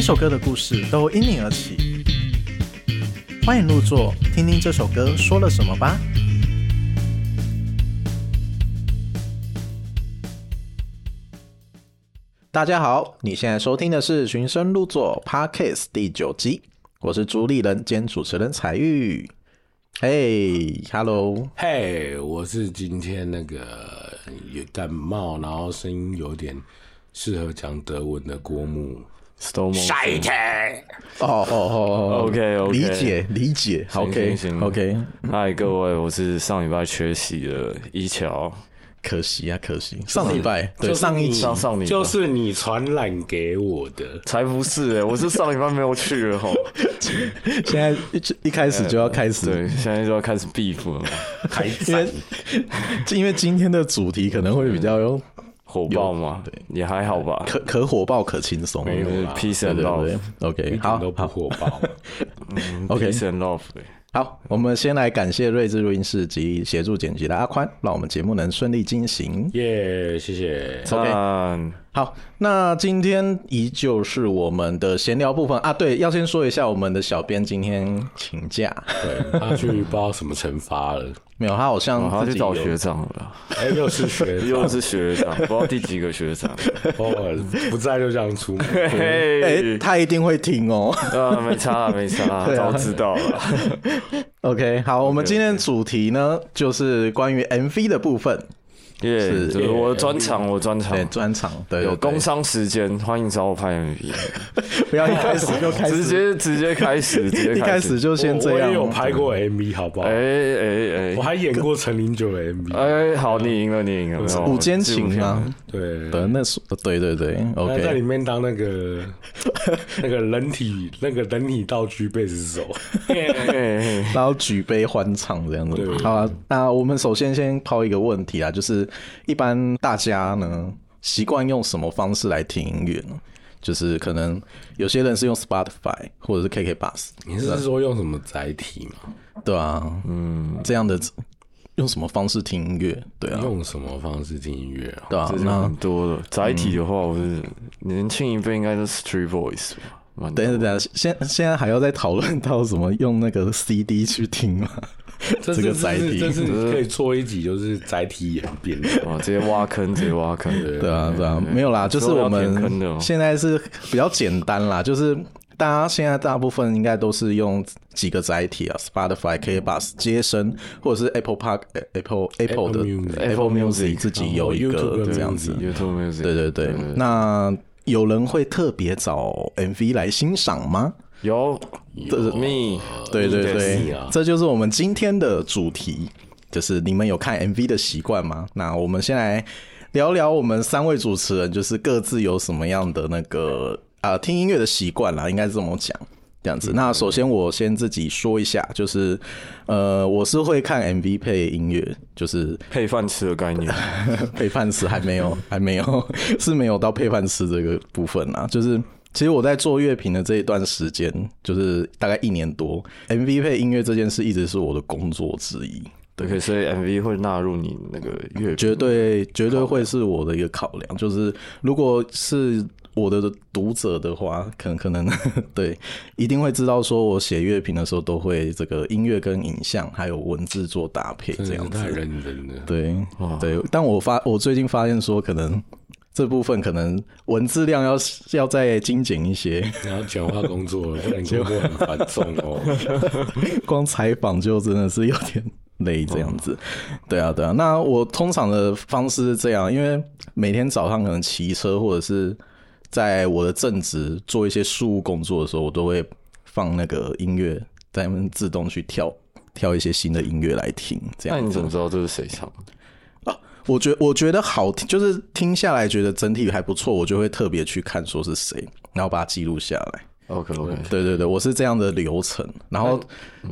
首歌的故事都因你而起。欢迎入座，听听这首歌说了什么吧。大家好，你现在收听的是《寻声入座》Podcast 第九集，我是主理人兼主持人彩玉。嘿、h e l l o 嘿我是今天那个有感冒，然后声音有点适合讲德文的郭牧。 s t o m o 一天，哦哦哦 OK，OK 理解理解行，OK 行行 OK，嗨，各位，我是上礼拜缺席的一乔，可惜啊可惜，上礼拜对就是上一你集上上礼拜就是你传染给我的。才不是哎、我是上礼拜没有去哦 了吼，现在一一开始就要开始，对，现在就要开始 beef 了，开因战为 因为今天的主题可能会比较有火爆嘛，对也还好吧，可可火爆可轻松，没有啦 peace 对 and 对 love，对，OK 一好点都不好火 爆。 OK peace and love，对好，我们先来感谢睿智录音室及协助剪辑的阿宽，让我们节目能顺利进行。耶，谢谢。赞，好，那今天依旧是我们的闲聊部分啊。对，要先说一下，我们的小编今天请假，对他去不知道什么惩罚了，没有，他好像然自后哦去己找有学长了，哎，又是学 长，又是学长，不知道第几个学 长，偶尔不在就这样出门。嘿哎、嘿，他一定会听哦。啊，没差啦没差啦，对啊早知道了， OK，好，我们今天的主题呢，就是关于 MV 的部分，耶，是这是我的专场，我的专场对，。专场，对，有对对工商时间，欢迎找我拍 MV， 不要一开始就开直始，接直接开始，直一接开开始始。就先我这我也样。有拍过 MV，好不好哎？哎我哎还演过陈零九的 MV。哎，好，你赢了，你赢了，午间情啊啊，，对，对，那是对对对他在里，OK，面当哦那个那个人体那个人体道具贝斯手，哎哎然后举杯欢唱这样子。好啊，那我们首先先抛一个问题啊，就是一般大家呢习惯用什么方式来听音乐呢？就是可能有些人是用 Spotify 或者是 KK Bus， 你是说用什么载体吗？对啊，嗯，这样的用什么方式听音乐？对啊，用什么方式听音乐啊？对啊这，就那很多了。载体的话，我是年轻一辈应该都是 Street Voice 吧，蛮等一下，等一下，现现在还要再讨论到什么用那个 CD 去听吗？这这个载体嗯这是这是可以做一集，就是载体演变。 哇，直接挖坑，直接挖坑，对啊，对啊，没有啦，就是之后要我填坑的哦们现在是比较简单啦，就是大家现在大部分应该都是用几个载体啊，Spotify、K Bus、接生，或者是 Apple Park、呃 Apple Apple 的 Music Apple Music 自己有一然后个 YouTube 这样子， YouTube Music，对对对。那有人会特别找 MV 来欣赏吗？有 Me，对对就是对啊，这就是我们今天的主题，就是你们有看 MV 的习惯吗？那我们先来聊聊我们三位主持人，就是各自有什么样的那个啊、听音乐的习惯啦，应该是这么讲。这样子，那首先我先自己说一下，就是，呃，我是会看 MV 配音乐，就是配饭吃的概念， 配饭吃还没有，还没有， 是没有到配饭吃这个部分啦。就是其实我在做乐评的这一段时间，就是大概一年多，MV 配音乐这件事一直是我的工作之一，对，可以所以 MV 会纳入你那个乐绝对绝对会是我的一个考量。就是如果是我的读者的话，可能可能 对，一定会知道说我写乐评的时候都会这个音乐跟影像还有文字做搭配真这的样是子太。认真了。对，对，但我发我最近发现说，可能这部分可能文字量要要再精简一些，然后讲话工作了，不然你工作很繁重哦。 光采访就真的是有点累这样子。对啊，对啊。那我通常的方式是这样，因为每天早上可能骑车或者是在我的正职做一些事务工作的时候，我都会放那个音乐，在那边自动去跳跳一些新的音乐来听。这样那子你怎么知道这是谁唱的？我觉我觉得好听，就是听下来觉得整体还不错，我就会特别去看说是谁，然后把它记录下来。 OK OK，对对对，我是这样的流程。然后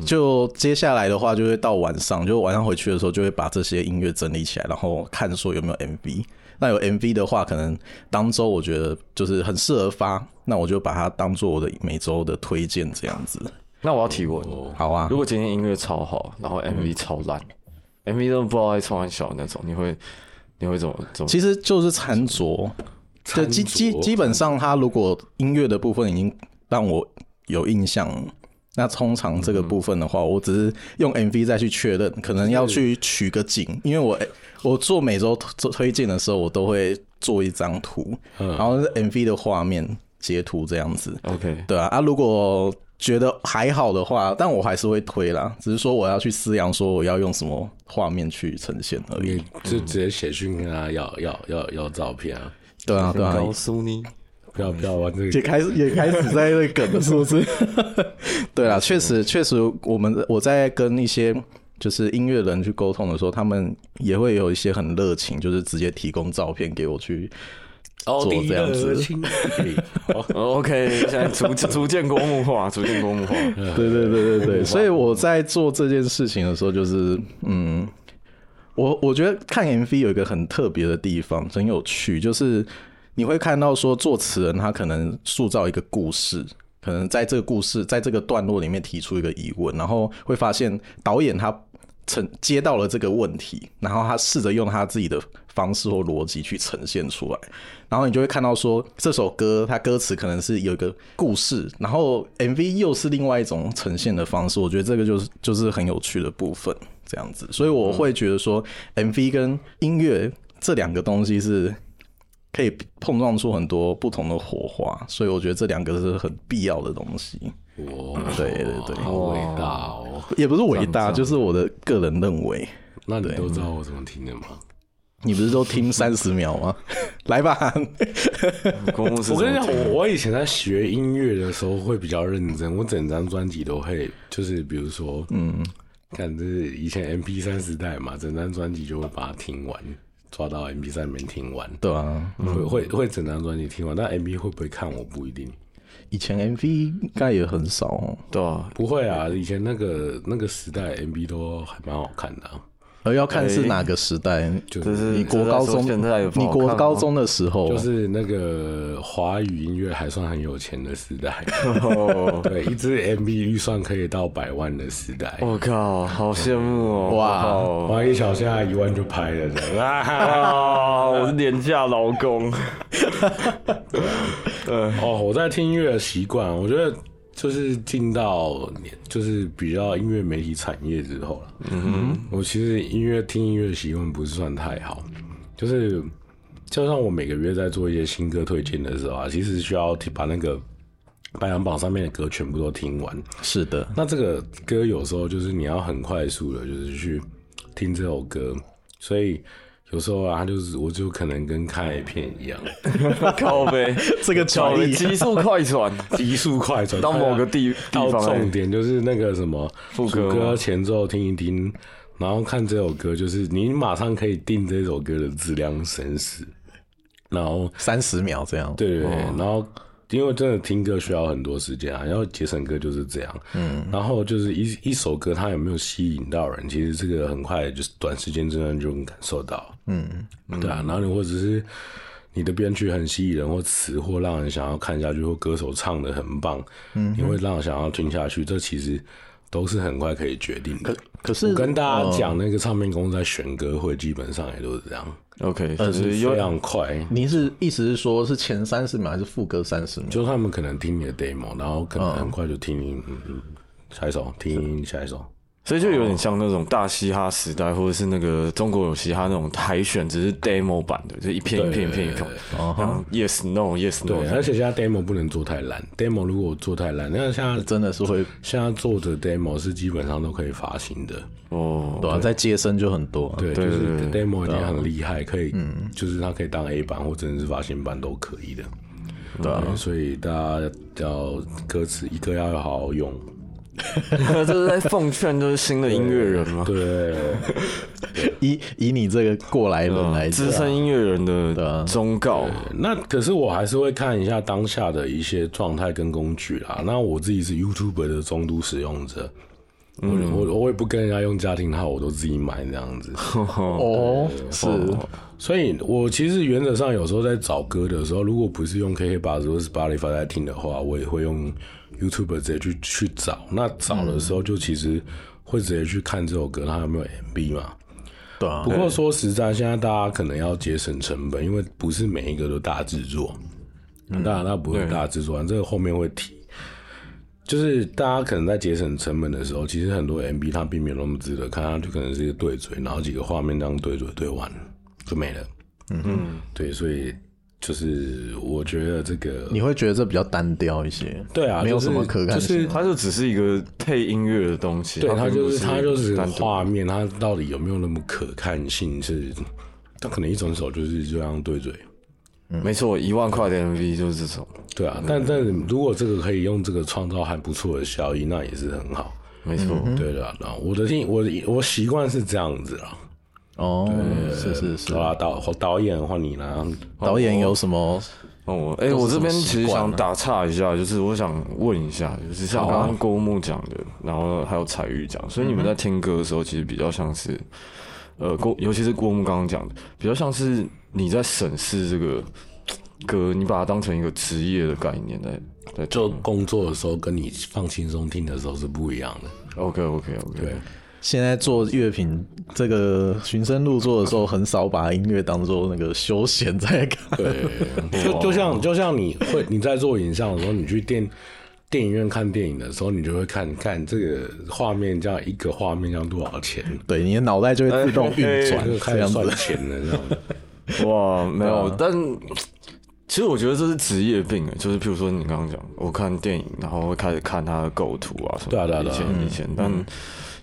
就接下来的话，就会到晚上，就晚上回去的时候，就会把这些音乐整理起来，然后看说有没有 MV。那有 MV 的话，可能当周我觉得就是很适合发，那我就把它当做我的每周的推荐这样子。那我要提问，好啊如，果今天音乐超好，然后 MV 超烂、m v 都不知道在创小那种，你会你会怎么怎么？其实就是穿着，就基基参酌基本上，他如果音乐的部分已经让我有印象了，那通常这个部分的话，我只是用 MV 再去确认，可能要去取个景，因为我我做每周推推荐的时候，我都会做一张图，然后是 MV 的画面截图这样子， OK，对啊，啊，如果觉得还好的话，但我还是会推啦，只是说我要去思量说我要用什么画面去呈现而已。你就直接写讯跟他要要要要照片啊，对啊，对啊，告诉你，不要不要玩这也个，开始也开始在那梗 了，是不是？ 对啦，确实确实，我们我在跟一些就是音乐人去沟通的时候，他们也会有一些很热情，就是直接提供照片给我去做这样子。哦 OK，现在逐逐渐公募化，逐渐公募化。对对对对对，所以我在做这件事情的时候，就是嗯，我我觉得看 MV 有一个很特别的地方，很有趣，就是你会看到说作词人他可能塑造一个故事。可能在这个故事，在这个段落里面提出一个疑问，然后会发现导演他呈接到了这个问题，然后他试着用他自己的方式或逻辑去呈现出来，然后你就会看到说这首歌它歌词可能是有一个故事，然后 MV 又是另外一种呈现的方式，我觉得这个就是就是很有趣的部分，这样子，所以我会觉得说 MV 跟音乐这两个东西是。可以碰撞出很多不同的火花，所以我觉得这两个是很必要的东西。哇，对对对，好伟大哦！也不是伟大，就是我的个人认为。那你都知道我怎么听的吗？你不是都听三十秒吗？ 来吧，公募是我跟你什么讲，我我以前在学音乐的时候会比较认真，我整张专辑都会，就是比如说，嗯，看这是以前 M P 三时代嘛，整张专辑就会把它听完，抓到 M P 三里面听完，对啊，会会会整张专辑听完，但 M P 会不会看我不一定，以前 MV 应该也很少哦。对啊，不会啊，以前那个那个时代 M P 都还蛮好看的、啊，而要看是哪个时代，这是你国高这是在说中，现在有不你好看国吗高中的时候，啊就是那个华语音乐还算很有钱的时代，哦，对，一支 M P 预算可以到百万的时代，我靠，好羡慕哦！哇哇花一小下一万就拍了 这样啊！啊，我是廉价劳工，哦，我在听音乐的习惯，我觉得就是进到年就是比较音乐媒体产业之后了。嗯哼，我其实音乐听音乐的习惯不是算太好，就是加上我每个月在做一些新歌推荐的时候啊，其实需要听把那个排行榜上面的歌全部都听完。是的，那这个歌有时候就是你要很快速的，就是去听这首歌，所以有时候啊，它就是我就可能跟看 A 片一样，靠呗，这个靠交呗，易极速快转，急速快转到某个地地到地方重哎，点就是那个什么副主歌吗歌前奏听一听，然后看这首歌，就是你马上可以定这首歌的质量生死，然后三十秒这样，对对对，然后因为真的听歌需要很多时间啊，然后节省歌就是这样，嗯，然后就是一一首歌它有没有吸引到人，其实这个很快就是短时间之内就能感受到，嗯，对啊，然后你或者是你的编曲很吸引人，或词或让人想要看下去，或歌手唱的很棒，嗯，你会让人想要听下去，这其实都是很快可以决定的。可我是跟大家讲，那个唱片公司在选歌会基本上也都是这样， OK，就是非有常快，您是意思是说，是前三十秒还是副歌三十秒？就他们可能听你的 demo，然后可能很快就听你、嗯嗯、下一首，听下一首。所以就有点像那种大嘻哈时代，或者是那个中国有嘻哈那种海选，只是 demo 版的，就是一片一片一片一片，然后 yes no yes 嗯对， no，而且现在 demo 不能做太烂，demo 如果做太烂，那现在真的是会，现在做的 demo 是基本上都可以发行的。哦，对啊，在接生就很多啊，对，啊嗯对就是对 demo 已经很厉害，可以，就是它可以当 A 版或真的是发行版都可以的。对、啊所以大家要歌词一个要好好 用。这是在奉劝就是新的音乐人嘛，对，以以你这个过来嗯人来讲啊资，深音乐人的忠告，那可是我还是会看一下当下的一些状态跟工具啦。那我自己是 YouTube 的中度使用者，我我我也不跟人家用家庭号，我都自己买这样子。哦，是所以我其实原则上有时候在找歌的时候，如果不是用 KK 八或是 Spotify 在听的话，我也会用 YouTube 直接去去找。那找的时候就其实会直接去看这首歌它有没有 MV 嘛。对啊不，过说实在，现在大家可能要节省成本，因为不是每一个都大制作，当然它不会大制作，这个后面会提。就是大家可能在节省成本的时候，其实很多 MV 它并没有那么值得看，它就可能是一个对嘴，然后几个画面这样对嘴对完就没了。嗯，对，所以就是我觉得这个你会觉得这比较单调一些，对啊，没有就是什么可看就性。是它就只是一个配音乐的东西，对，它它并就不是它就是单独画面，它到底有没有那么可看性是？它可能一整首就是这样对嘴，嗯没错，一万块的 MV 就是这种，对嗯啊。但但如果这个可以用这个创造还不错的效益，那也是很好。没错，嗯对的啊，然后我的听我的我习惯是这样子啊。哦，是是是好。啦，导导演换你啦，导演有什么？哦，我哎、我这边其实想打岔一下，就是我想问一下，就是像刚刚郭牧讲的，然后还有彩玉讲，所以你们在听歌的时候，其实比较像是，呃，郭，尤其是郭牧刚刚讲的，比较像是你在审视这个歌，你把它当成一个职业的概念在在就工作的时候跟你放轻松听的时候是不一样的。 OK OK OK，对，现在做乐评这个寻声入座的时候，很少把音乐当做那个休闲在看。对， 就就像就像你会你在做影像的时候，你去电电影院看电影的时候，你就会看看这个画面，这样一个画面这样多少钱，对，你的脑袋就会自动运转这个，这开始样子算。钱了，这样子。 哇， 没有，啊但其实我觉得这是职业病，欸就是譬如说你刚刚讲，我看电影，然后会开始看它的构图啊什么对啊对啊的，以对啊前以前，但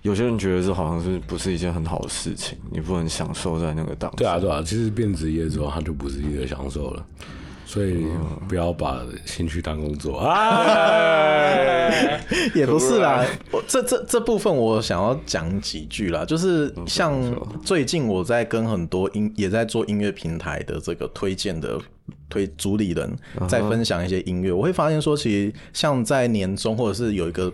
有些人觉得这好像是不是一件很好的事情，你不能享受在那个当对下。啊，对啊，其实变职业之后，他就不是一个享受了。所以不要把兴趣当工作啊！ 也不是啦，我这这这部分我想要讲几句啦，就是像最近我在跟很多音也在做音乐平台的这个推荐的推主理人在分享一些音乐，我会发现说，其实像在年终或者是有一个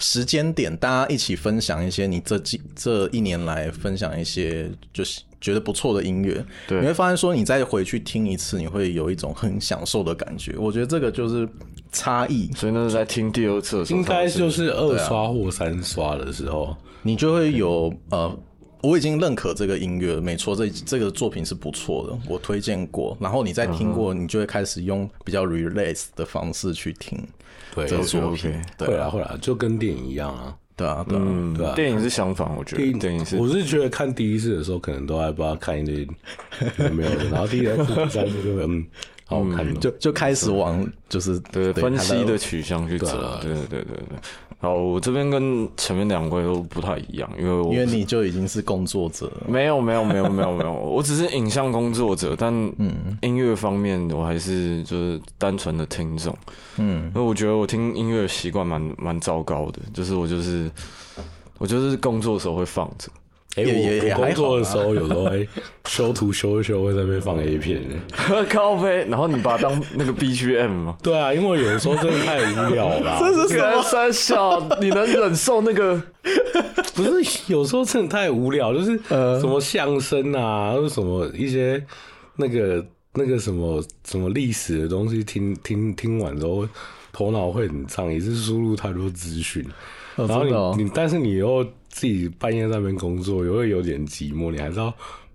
时间点，大家一起分享一些你这几这一年来分享一些就是觉得不错的音乐，对你会发现说你再回去听一次，你会有一种很享受的感觉。我觉得这个就是差异，所以那是在听第二次的时候，应该就是二刷或三刷的时候，你就会有呃，我已经认可这个音乐，没错，这这个作品是不错的，我推荐过。然后你再听过，你就会开始用比较 relax 的方式去听对，这个作 OK，OK 品。对会啦会啦，就跟电影一样啊。对啊，对啊，嗯对啊电影是相反，我觉得电影是我是觉得看第一次的时候，可能都还不知道看一堆有没有的，然后第二次、第三次就会嗯，好好看哦。就就开始往就是对分析。它的取向去走啊，对对对对对。好，我这边跟前面两位都不太一样，因为我因为你就已经是工作者了，没有没有没有没有没有， 我只是影像工作者，但音乐方面我还是就是单纯的听众。嗯，那我觉得我听音乐习惯蛮蛮糟糕的，就是我就是我就是工作的时候会放着。 哎、也也也我我还工好作的时候有时候会修图修一修，会在那边放 A 片。靠背，然后你把它当那个 BGM 吗？对啊，因为有时候真的太无聊了啊啦。这是三小，你能忍受那个？不是有时候真的太无聊， 就是呃什么相声啊，或者什么一些那个那个什么什么历史的东西，听听听完之后，头脑会很胀，也是输入太多资讯。哦然后真你、的哦你，但是你又自己半夜在那边工作，也会有点寂寞，你还是要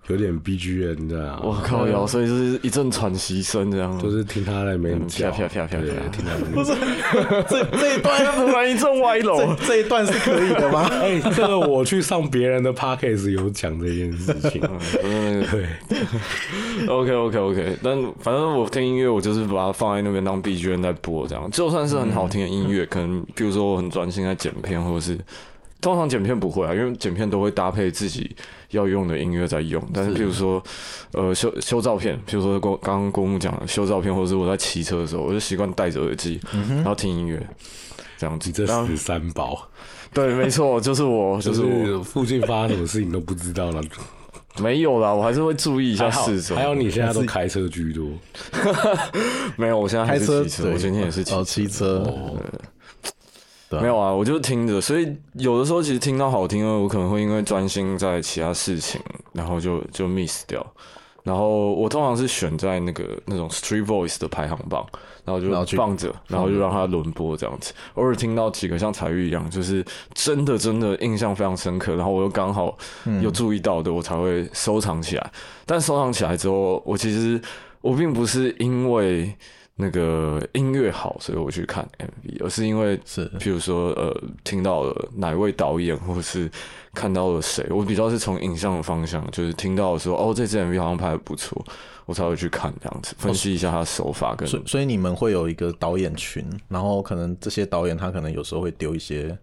有点 BGM 的啊。我靠腰，所以就是一阵喘息声这样。就是听他在那嗯边叫，啪啪啪啪啪对，听他在 那边。这这一段 突然一阵歪楼哦这，这一段是可以的吗？哎、这个我去上别人的 podcast 有讲这件事 情，嗯对， OK OK OK，但反正我听音乐，我就是把它放在那边当 BGM 在播，这样就算是很好听的音乐，可能比如说我很专心在剪片，或者是通常剪片不会啊，因为剪片都会搭配自己要用的音乐在用。但是比如说，呃，修修照片，比如说郭刚刚郭牧讲的修照片，或者是我在骑车的时候，我就习惯戴着耳机，嗯然后听音乐。这样你子，这然后十三宝。对，没错，就是我，就就是我，是附近发生什么事情都不知道了， 没有啦，我还是会注意一还下好四周。还有你现在都开车居多，没有？我现在还开是车骑车，我对今天也是骑哦，骑车，对啊没有啊，我就听着，所以有的时候其实听到好听的，我可能会因为专心在其他事情，然后就就 miss 掉。然后我通常是选在那个那种 Street Voice 的排行榜，然后然后去就放着，然后就让它轮播这样子。偶尔听到几个像彩玉一样，就是真的真的印象非常深刻，然后我又刚好有注意到的，我才会收藏起来。但收藏起来之后，我其实我并不是因为那个音乐好，所以我去看 MV，而是因为是譬如说呃，听到了哪位导演，或是看到了谁，我比较是从影像的方向，就是听到说哦，这支 MV 好像拍的不错，我才会去看这样子，分析一下他的手法跟所以所以你们会有一个导演群，然后可能这些导演他可能有时候会丢一些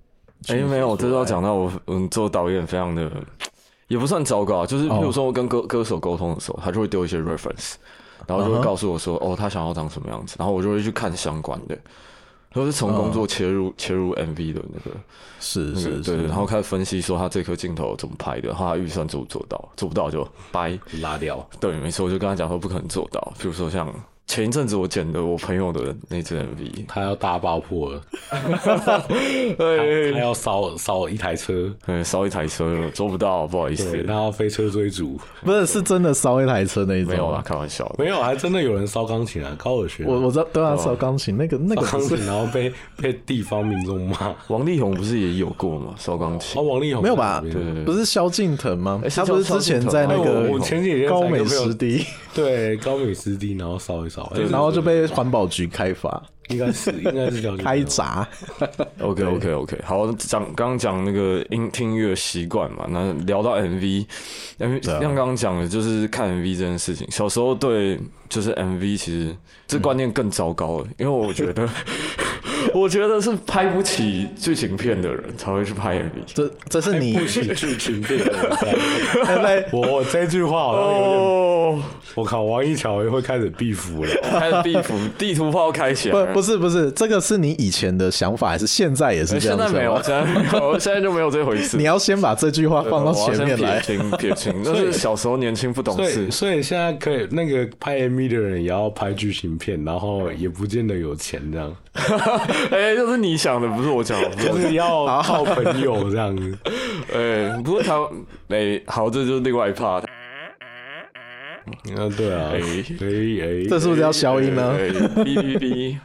哎、讯息出来，没有，这是要讲到我，嗯，做导演非常的，也不算糟糕啊，就是比如说我跟歌、歌手沟通的时候，他就会丢一些 reference，然后就会告诉我说哦，他想要长什么样子，然后我就会去看相关的，然后是从工作切入、切入 MV 的那个是那个是对，是然，后开始分析说他这颗镜头怎么拍的，然后他预算做不做到，做不到就掰。拉掉。对，没错，我就跟他讲说不可能做到。比如说像前一阵子我剪的我朋友的那支 MV，他要大爆破了，他哎对，要烧烧一台车，呃，烧一台车做不到，不好意思对，，他要飞车追逐。不是是真的烧一台车那一种，啊没有啦，啊开玩笑的。没有，还真的有人烧钢琴啊，高尔学我我知道，对啊，烧钢琴那个那个烧不钢是琴，然后被被地方民众骂。王力宏不是也有过吗？烧钢哦，琴，王力宏没有吧在那边对对不是萧敬腾吗哎？是他不是萧之前萧敬腾在那吗哎个我我前几天才高跟美朋友湿地，对高美湿地，然后烧一烧， 哎然后就被环保局开罚 应该是应该是叫开闸。 OK OK OK，好，讲刚刚讲那个音听乐习惯嘛，那聊到 MV，MV 啊像刚刚讲的就是看 MV 这件事情。小时候对就是 MV 其实这观念更糟糕了，因为我觉嗯 得 我觉得是拍不起剧情片的人才会去拍 MV。这这哎是你 哎剧情片的人在。 来我我这句话好像有点，哦，我靠，王一桥又会开始避服了。开始地图地图炮开起来不了，不是不是，这个是你以前的想法，还是现在也是哎这样现子？啊在没有，现在没有，现在就没有这回事 你。要先把这句话放到前面我要来先。撇清撇清，那是小时候年轻不懂所事以，。所以现在可以那个拍 MV 的人也要拍剧情片，然后也不见得有钱这样， 哎、就是你想的，不是我讲的。不是就我 是要靠朋友这样子。哎、不过他哎、好，这就是另外一 part。嗯，对 啊，哎哎，这是不是要消音呢？哎哔哔哔。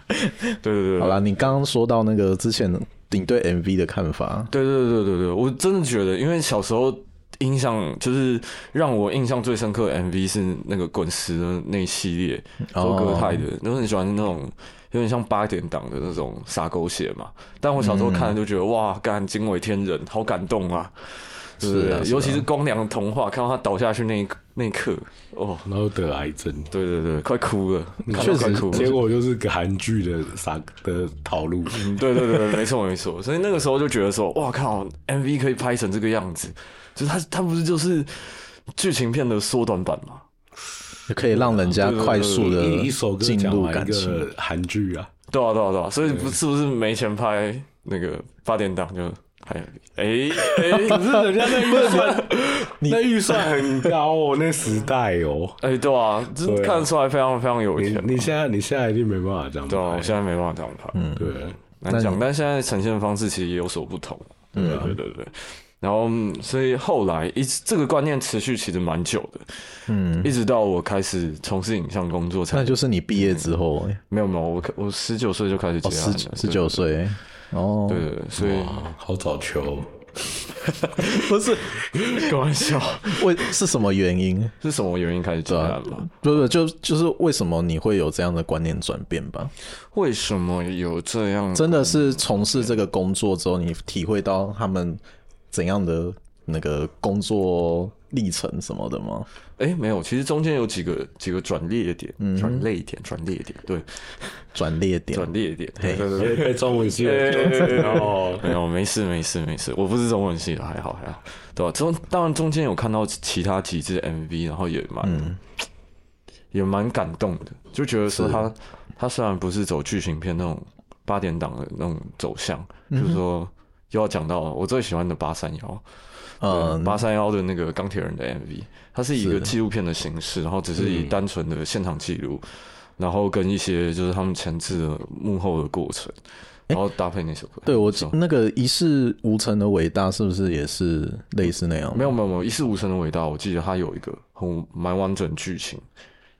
对对对好，啦，你刚刚说到那个之前你对 MV 的看法，对对对对对，我真的觉得，因为小时候印象就是让我印象最深刻的 MV 是那个滚石的那一系列，周歌泰哦的，然后很喜欢那种。有点像八点档的那种撒狗血嘛，但我小嗯时候看了就觉得、哇，干惊为天人，好感动啊！对不是啊对是啊尤其是光良童话，看到他倒下去那一刻那一刻，哦，然后得癌症。对对对，快哭了，看确到实快哭了，结果就是个韩剧的啥的套 路，嗯对对对，对没错没错。所以那个时候就觉得说，哇靠，MV 可以拍成这个样子，就是它它不是就是剧情片的缩短版吗？可以让人家快速的一一首歌进讲入完感一 情。 个韩剧啊，对啊对啊对啊，所以不是不是没钱拍那个八点档就还哎哎可是人家那预算，那预算很高哦， 那时代哦。哎对啊，这对啊看得出来非常非常有你钱。你现在你现在一定没办法这样对啊，我拍，现在没办法这样拍，嗯，对，啊难讲。但现在呈现方式其实也有所不同，对啊对对对。然后，嗯所以后来一直这个观念持续其实蛮久的，嗯，一直到我开始从事影像工作才那就是你毕业之后，啊哎没有没有，我我十九岁就开始接哦，案十九了，十九岁，哦，对，对对，所以好早 球，不是， 开玩笑，为是什么原因？是什么原因开始接案吗？不不，就就是为什么你会有这样的观念转变吧？为什么有这样？真的是从事这个工作之后，你体会到他们怎样的那个工作历程什么的吗？哎、没有，其实中间有几个几个转捩点，转捩点，转捩点，对，转捩嗯点转捩点，嘿对对对对。被哎被中文系哦，没有，没事，没事，没事。我不是中文系的，还好，还好，对吧、啊中当然中间有看到其他几支 MV，然后也蛮、嗯也蛮感动的，就觉得说他他虽然不是走剧情片那种八点档的那种走向，就是说又要讲到我最喜欢的八三幺，嗯，八三幺的那个钢铁人的 MV，它是一个纪录片的形式，然后只是以单纯的现场记录，然后跟一些就是他们前置的幕后的过程，然后搭配那首歌。对我是吧那个一事无成的伟大，是不是也是类似那样？没有没有没有，《一事无成的伟大》，我记得它有一个很蛮完整剧情，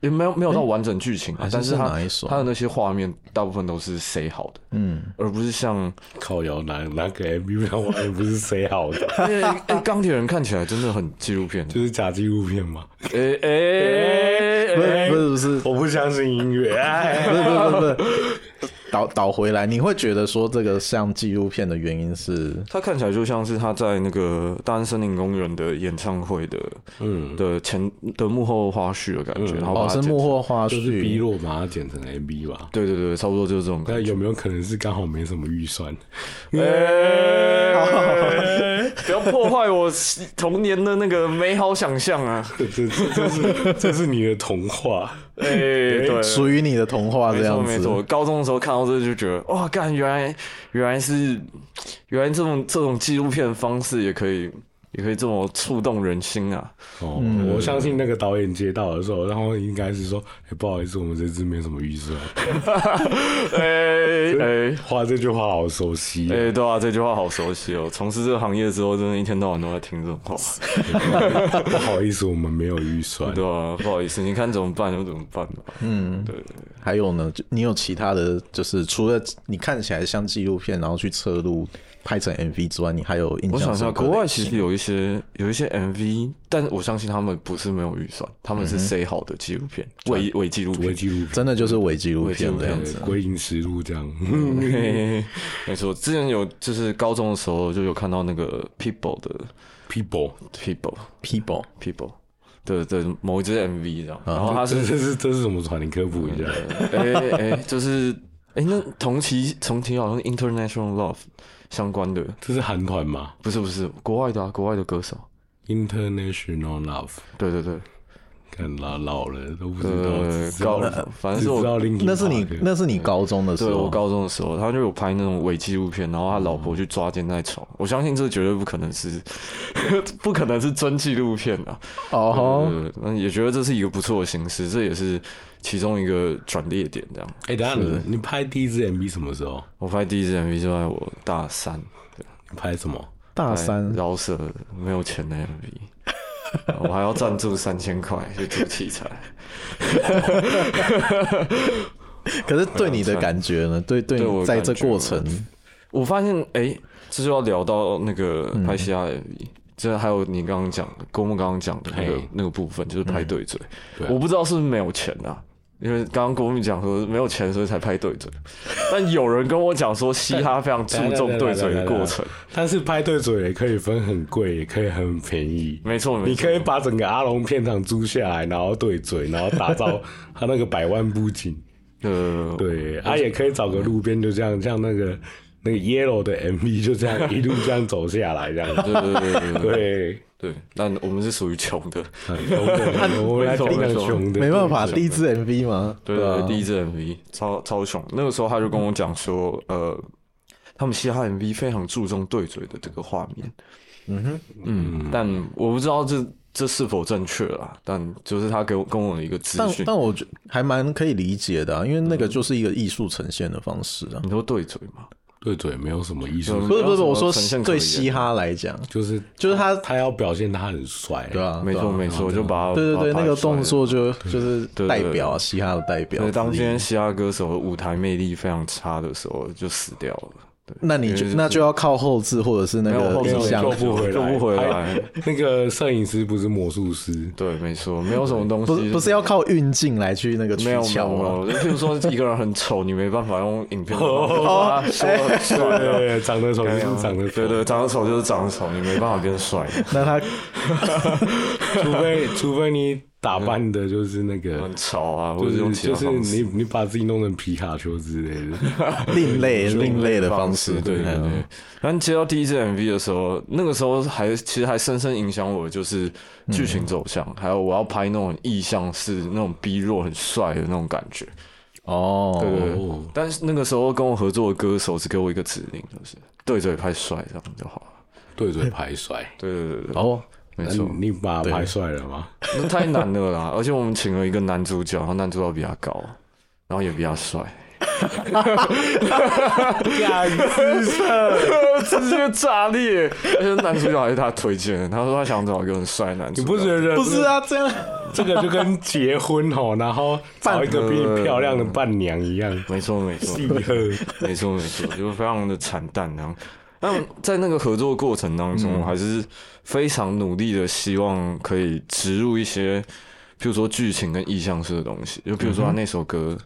也没有没有到完整剧情啊，哎还是但是是它哪一首它的那些画面大部分都是塞好的，嗯，而不 是像靠摇哪哪个 MV 让我也不是谁好的， 因为因为哎钢铁人看起来真的很纪 录片，哎就是假纪录片嘛。诶诶不诶是不是不是我不相信音乐，哎，不是不是不是不是倒倒回来，你会觉得说这个像纪录片的原因是它看起来就像是他在那个大安森林公园的演唱会的嗯，的前的幕后花絮的感嗯觉，然后把哦它是剪幕后花 就是 B 絮，落把它剪成 MV 吧。对对对，差不多就是这种感那觉。有没有可能是刚好没什么预算？ 哎 不要破坏我童年的那个美好想象啊！这这这是这是你的童话， 哎，对，属于你的童话没这错样没子。错。高中的时候看到这就觉得，哇，干，原来原来是原来这种这种纪录片的方式也可以也可以这么触动人心啊！哦，我相信那个导演接到的时候，然后应该是说，哎、不好意思，我们这次没什么预算。 哎哎。哇，这句话好熟悉、哎、对啊，这句话好熟悉哦！从事这个行业之后，真的一天到晚都在听这种 话，不好意思，我们没有预算。对啊，不好意思，你看怎么办就怎么办吧。嗯，对，还有呢，就你有其他的就是除了你看起来像纪录片，然后去侧录拍成 MV 之外，你还有印我象想一深下，刻国的外其实有一些有一些 MV，但我相信他们不是没有预算，他嗯们是塞好的纪录片，伪伪纪录伪片。纪录片真的就是伪纪录伪纪录片这样片子《鬼影实录》这样，嘿嘿嘿 没错，之前有就是高中的时候就有看到那个 People 的 People， People ，people。 People 的的某一支 MV 这样，然后他啊这是这是这是什么团？你科普一下。哎哎，哎就是哎那同期同期好像是 International Love 相关的，这是韩团吗不是不是国外的啊，国外的歌手， ？International Love，对对对，看老老了都不知道，呃只知高道，反正只是我知道 Linkin 那是你 Park 那是你高中的时对我候，高中的时候，他就有拍那种伪纪录片，然后他老婆去抓奸在床。我相信这绝对不可能是， 不可能是真纪录片啊。哦吼，对，那也觉得这是一个不错的形式，这也是其中一个转捩点。这样，哎、等一下你你拍第一支 MV 什么时候？我拍第一支 MV 就在我大三，你拍什么？大三在饶舌没有钱的 MV。我还要赞助三千块去租器材，可是对你的感觉呢？对对对我你的在感这觉过程，我发现哎、这就要聊到那个拍其他 MV，这、还有你刚刚讲的，郭牧刚刚讲的那个嘿那个部分，就是拍对嘴。对啊我不知道是不是没有钱啊，因为刚刚郭牧讲说没有钱，所以才拍对嘴。但有人跟我讲说，嘻哈非常注重对嘴的过程。但是拍对嘴也可以分很贵，也可以很便宜。没错，没错你可以把整个阿龙片场租下来，然后对嘴，然后打造他那个百万布景。呃，对，啊，也可以找个路边，就这样，像那个那个 Yellow 的 MV，就这样一路这样走下来，这样。对对对 对对对，对，但我们是属于穷的，很穷的我们来没错听很没错穷的，没办法，第一支 MV 嘛，对对对，第一支 MV 超超穷。那个时候他就跟我讲说，呃，他们嘻哈 MV 非常注重对嘴的这个画面。嗯哼，嗯，但我不知道这这是否正确啦，但就是他给我跟我的一个资但讯。但我觉还蛮可以理解的、啊，因为那个就是一个艺术呈现的方式啊。你说对嘴吗？对嘴没有什么艺术，不是不是，嗯没有什么我说呈现可对言嘻哈来讲，嗯就是就是他，他要表现他很帅，对啊，没错对啊没错，就把它对对对，把那它个拍出来动作就就是对对代表啊嘻哈的代表之对，一。当今天嘻哈歌手的舞台魅力非常差的时候，就死掉了。对，那你就因为那就要靠后置或者是那没有个后置影这样像救，不回来，哎救不回来拍。那个摄影师不是魔术师，对，没错，没有什么东不西是不是要靠运镜来去那个取没有没巧有没吗？有，就譬如说一个人很丑，你没办法 用影片哦把他说哎得很帅对对对，哎长得丑就是长得对丑，对，长得丑就是长得丑，你没办法变帅。 那他除非除非你打扮的就是那个很。潮啊，或就者用嗯是其就他是方式。你你把自己弄成皮卡丘之类的，另 类另类的方方式，对对啊对。但接到第一支 MV 的时候，那个时候还其实还深深影响我，的就是剧情走向，嗯还有我要拍那种意象式、那种逼弱、很帅的那种感觉。哦，对对对。但是那个时候跟我合作的歌手只给我一个指令，就是对嘴拍帅这样就好了。对嘴排帅，对对对对，哦，没那错。你把他排帅了吗？那太难了啦！而且我们请了一个男主角，然后男主角比他高，然后也比他帅，干姿色，直接炸裂！ 而且男主角还是他推荐的，他说他想找一个很帅的男主角。你不觉得不是啊，这样这个就跟结婚吼，然后找一个比你漂亮的伴娘一样， 没错，没错，厉害。没错，没错，就非常的惨淡。然后，但在那个合作过程当中，我还是非常努力的，希望可以植入一些，比如说剧情跟意象式的东西。就比如说他那首歌，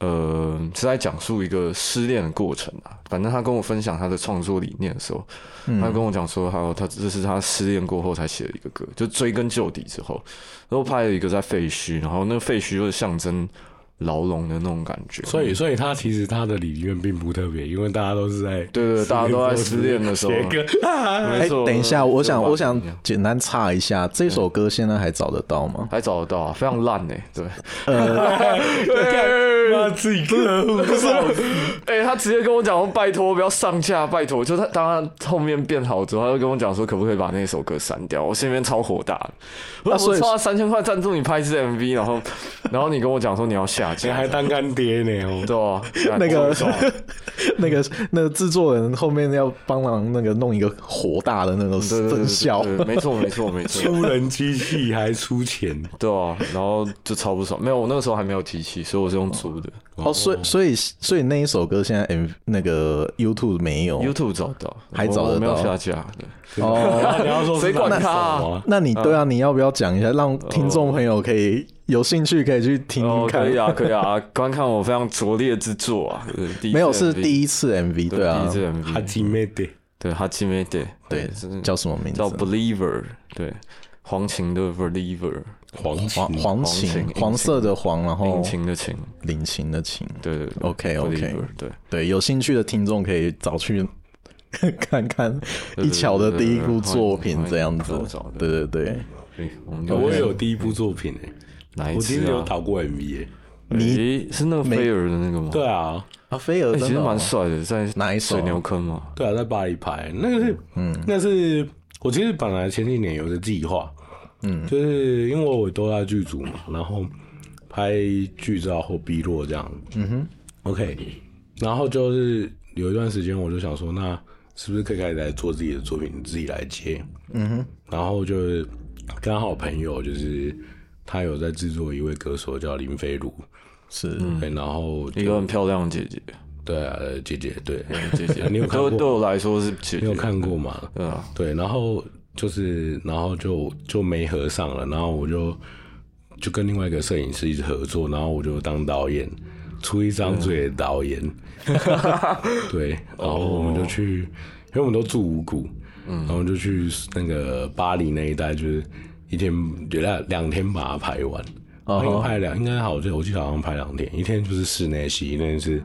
呃，是在讲述一个失恋的过程啊。反正他跟我分享他的创作理念的时候，嗯他跟我讲说，还有他这是他失恋过后才写的一个歌，就追根究底之后，然后拍了一个在废墟，然后那个废墟就是象征牢笼的那种感觉。所以，所以他其实他的理念并不特别，因为大家都是在对对，大家都在失恋 的时候写，歌，没哎，错。等一下，我想，对吧我想简单插一下，这首歌现在还找得到吗？还找得到啊，非常烂哎，对，啊那自己客户不是哎，他直接跟我讲说，拜托不要上架，拜托。就他当他后面变好之后，他就跟我讲说，可不可以把那首歌删掉？我心里面超火大的，我所说以花三千块赞助你拍一支 MV，然后然后你跟我讲说你要下你架，还当干爹呢哦。对啊，那 个手手 那个那个制作人后面要帮忙那个弄一个火大的那种对对对声效，对没错没错没错，出人机器还出钱，对啊，然后就超不爽。没有，我那个时候还没有提起，所以我是用租的哦，所以所以所以那一首歌现在 M 那个 YouTube 没有，YouTube 找得到，还找得我我没有到下架，对哦。那你要说谁管他啊啊？那你对啊，你要不要讲一下，让听众朋友可以有兴趣可以去听听哦，看可？以啊，可以啊，观看我非常拙劣之作啊，对第一次没有，是 MV 第一次 MV，对对第啊一，次哈 MV，基妹的，对哈基梅德，对是，叫什么名字叫？Believer，对，黄琴的 Believer，黄黄琴黄黄琴琴，黄色的黄，然后引擎的琴，领情的情。对对对 OK，OK Believer，对，对，有兴趣的听众可以找去 看看对一桥的第一对部对作品欢迎这样子欢迎找嗯找。对对对，对我们就我也有第一部作品诶，哪一我其实次有啊？导过 MV 诶。你是那个菲尔的那个吗？对啊，啊，菲儿哎，其真实的蛮哦帅的，在哪一首水牛坑嘛？对啊，在巴黎拍那个是，嗯，那是我其实本来前几年有个计划，嗯，就是因为我都在剧组嘛，然后拍剧照或 B 落这样，嗯哼，OK，然后就是有一段时间我就想说，那是不是可以开始来做自己的作品，自己来接，嗯哼，然后就是刚好朋友就是他有在制作一位歌手叫林飞如，是对，然后一就个很漂亮的姐姐，对啊，姐姐 对，姐姐，你有看过对对我来说是姐你有姐，看过吗？对啊，对，然后就是，然后就就没合上了，然后我就就跟另外一个摄影师一直合作，然后我就当导演，出一张嘴的导 演，对，哦然后我们就去，因为我们都住五谷，嗯然后就去那个巴黎那一带，就是一天两两天把它拍完，嗯然后拍两应该好，我记得我记得好像拍两天，一天就是室内戏，一天是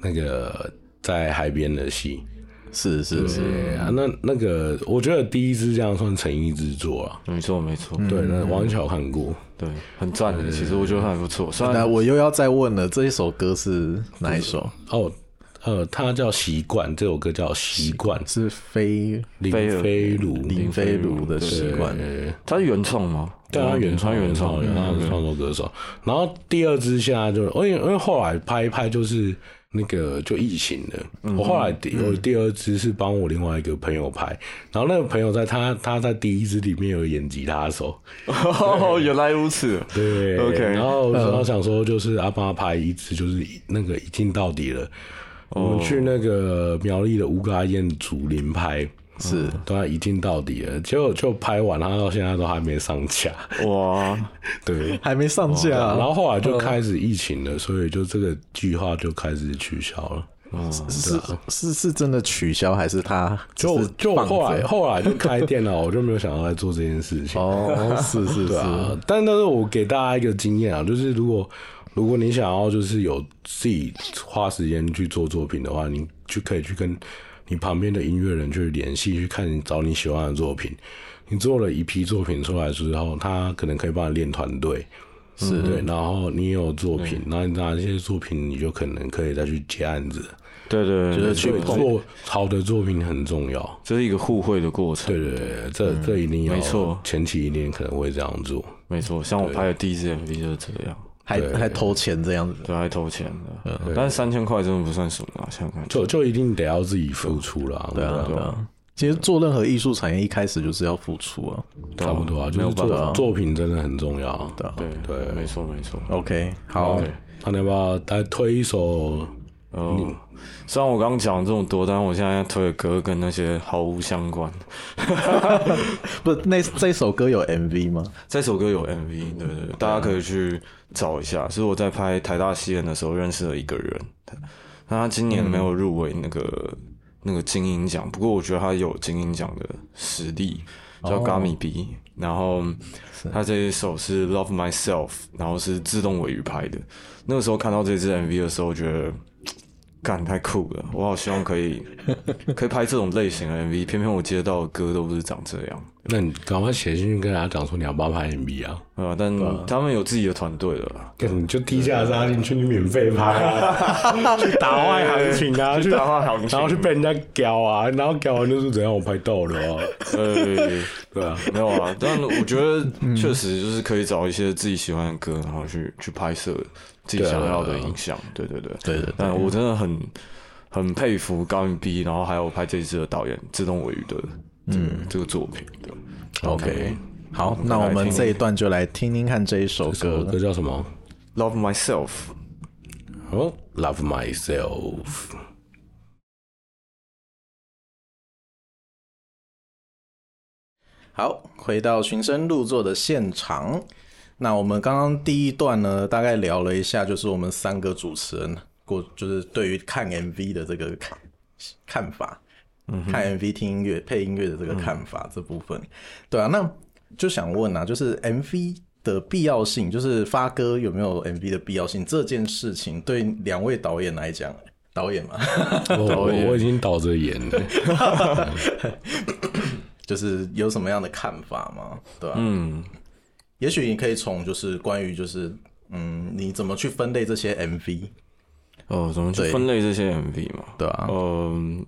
那个在海边的戏，是是是，对啊，那那个我觉得第一支这样算诚意之作啊。没错没错，对，那王小看过，对，很赞的，其实我觉得还不错，虽然那我又要再问了，这一首歌是哪一首？哦，呃，他叫《习惯》，这首歌叫《习惯》，是飞林菲尔飞如，林飞如的习惯。他是原创吗？对他原创他原创，创，原创创作歌手。然后第二支现在就，因为因为后来拍一拍就是那个就疫情了。我后来第我第二支是帮我另外一个朋友拍，然后那个朋友在他他在第一支里面有演吉他手，哦， 原来如此。对 OK 然后然嗯后想说就是阿帮他拍一支，就是那个一镜到底了。我哦们去那个苗栗的乌嘎堰竹林拍，嗯是都要一镜到底了，结果就拍完，他到现在都还没上架。哇，对， 还没上架啊然，后后来就嗯开始疫情了，所以就这个计划就开始取消了。是是是真的取消还是他就只是就放着后来后来就开店了，我就没有想要来做这件事情。哦，是 是是，啊，但但是我给大家一个经验啊，就是如果如果你想要就是有自己花时间去做作品的话，你就可以去跟你旁边的音乐人去联系，去看你找你喜欢的作品。你做了一批作品出来之后，他可能可以帮你练团队，是对，然后你也有作品，那你拿这些作品，你就可能可以再去接案子。对对，对，所以做好的作品很重要。这是一个互惠的过程对。对对，这这一定要，嗯没错前期一定可能会这样做。没错，像我拍的第一支 MV 就是这样。还对还投钱这样子。对，还投钱的，但是三千块真的不算什么啊，想想看，就就一嗯定得要自己付出啦，对对啊，其实做任何艺术产业一开始就是要付出啊。差不多啊，就是没有办作作品真的很重要。对啊对对没错没错。 OK，好 OK，那你要不要再推一首？哦，虽然我刚刚讲了这么多，但是我现在推的歌跟那些毫无相关。不，那这首歌有 MV 吗？这首歌有 MV，对对对，大家可以去找一下。是我在拍台大西演的时候认识了一个人，他那他今年没有入围那个、那个金鹰奖，不过我觉得他有金鹰奖的实力，叫 Gummy B、然后他这一首是 Love Myself，然后是自动尾鱼拍的。那个时候看到这支 MV 的时候，觉得。干太酷了！我好希望可以可以拍这种类型的 MV，偏偏我接到的歌都不是长这样。那你赶快写信去跟大家讲说你要不要拍 MV 啊？对吧？但他们有自己的团队了啦，你就低价杀进去，你免费拍啊，去打坏行情啊， 去打坏行情然后去被人家屌啊，然后屌完就是怎样，我拍到了啊，呃，对啊，没有啊，嗯但我觉得确实就是可以找一些自己喜欢的歌，然后去去拍摄自己想要的影像，对对对，对对对但我真的很很佩服高云 B，然后还有拍这一支的导演自动尾鱼的嗯这个作品，对，OK，好，那我们这一段就来听听看这一首这首歌。歌叫什么？ ，Love Myself。哦，Love Myself。好，回到寻声入座的现场。那我们刚刚第一段呢，大概聊了一下，就是我们三个主持人过，就是对于看 MV 的这个看看法，看 MV 听音乐配音乐的这个看法、这部分，对啊，那就想问啊，就是 MV 的必要性，就是发歌有没有 MV 的必要性这件事情，对两位导演来讲，导演嘛，我我我已经倒着演了，就是有什么样的看法吗？对吧、嗯，也许你可以从就是关于就是嗯，你怎么去分类这些 MV，哦，怎么去对分类这些 MV 嘛？对啊吧、嗯，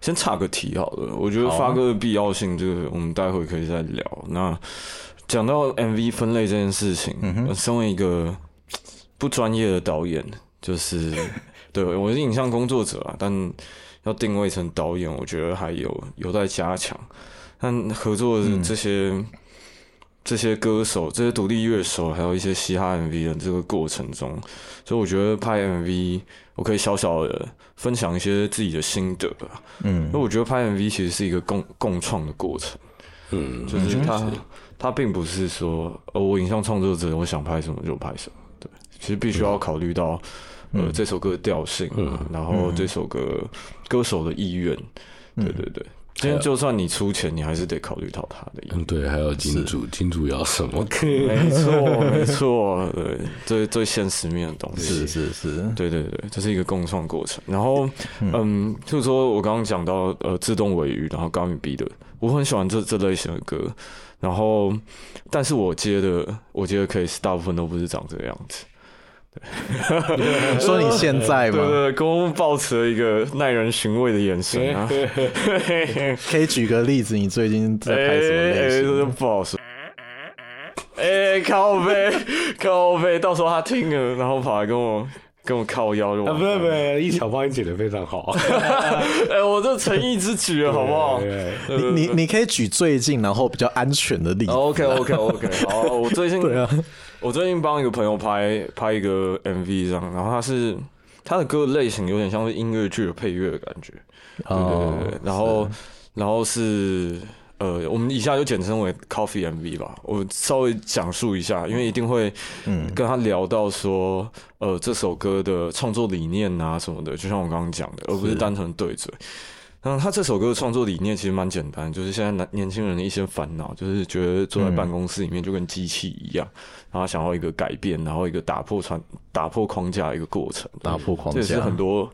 先岔个题好了。我觉得好啊发歌的必要性，这个我们待会可以再聊。那讲到 MV 分类这件事情，呃身为一个不专业的导演，就是对我是影像工作者啊，但要定位成导演，我觉得还有有待加强。但合作的这些、这些歌手、这些独立乐手，还有一些嘻哈 MV 的这个过程中，所以我觉得拍 MV，我可以小小的分享一些自己的心得吧。嗯因为我觉得拍 MV 其实是一个共共创的过程，嗯，就是它它并不是说哦，我影像创作者，我想拍什么就拍什么。对，其实必须要考虑到、嗯呃这首歌的调性啊、然后这首歌歌手的意愿。嗯对对对，今天就算你出钱，你还是得考虑到他的意愿。嗯，对，还有金主，金主要什么歌？没错，没错，对，最最现实面的东西嗯是是是，对对对，这是一个共创过程。然后，嗯，就是说我刚刚讲到呃，自动尾鱼，然后高米 B 的，我很喜欢这这类型的歌。然后，但是我接的我接的 case 大部分都不是长这个样子。说你现在对吗对？对，跟我们保持了一个耐人寻味的眼神啊。可以举个例子，你最近在拍哎什么类这就型？不好说。哎、靠背， 靠背，到时候他听了，然后跑来跟我跟我靠腰就完啊，不是蛋了。不是，一小芳你剪的非常好，哎、我这诚意之举了，好不好？对你你你可以举最近然后比较安全的例子。 OK OK OK，好，我最近对啊，我最近帮一个朋友拍拍一个 MV 这样，然后他是他的歌类型有点像是音乐剧的配乐的感觉，对哦对对对，然后然后是呃，我们以下就简称为 Coffee MV 吧，我稍微讲述一下，因为一定会跟他聊到说，呃，这首歌的创作理念啊什么的，就像我刚刚讲的，而不是单纯对嘴。然后他这首歌的创作理念其实蛮简单，就是现在年年轻人的一些烦恼，就是觉得坐在办公室里面就跟机器一样，然后想要一个改变，然后一个打破传打破框架的一个过程。打破框这也是架很多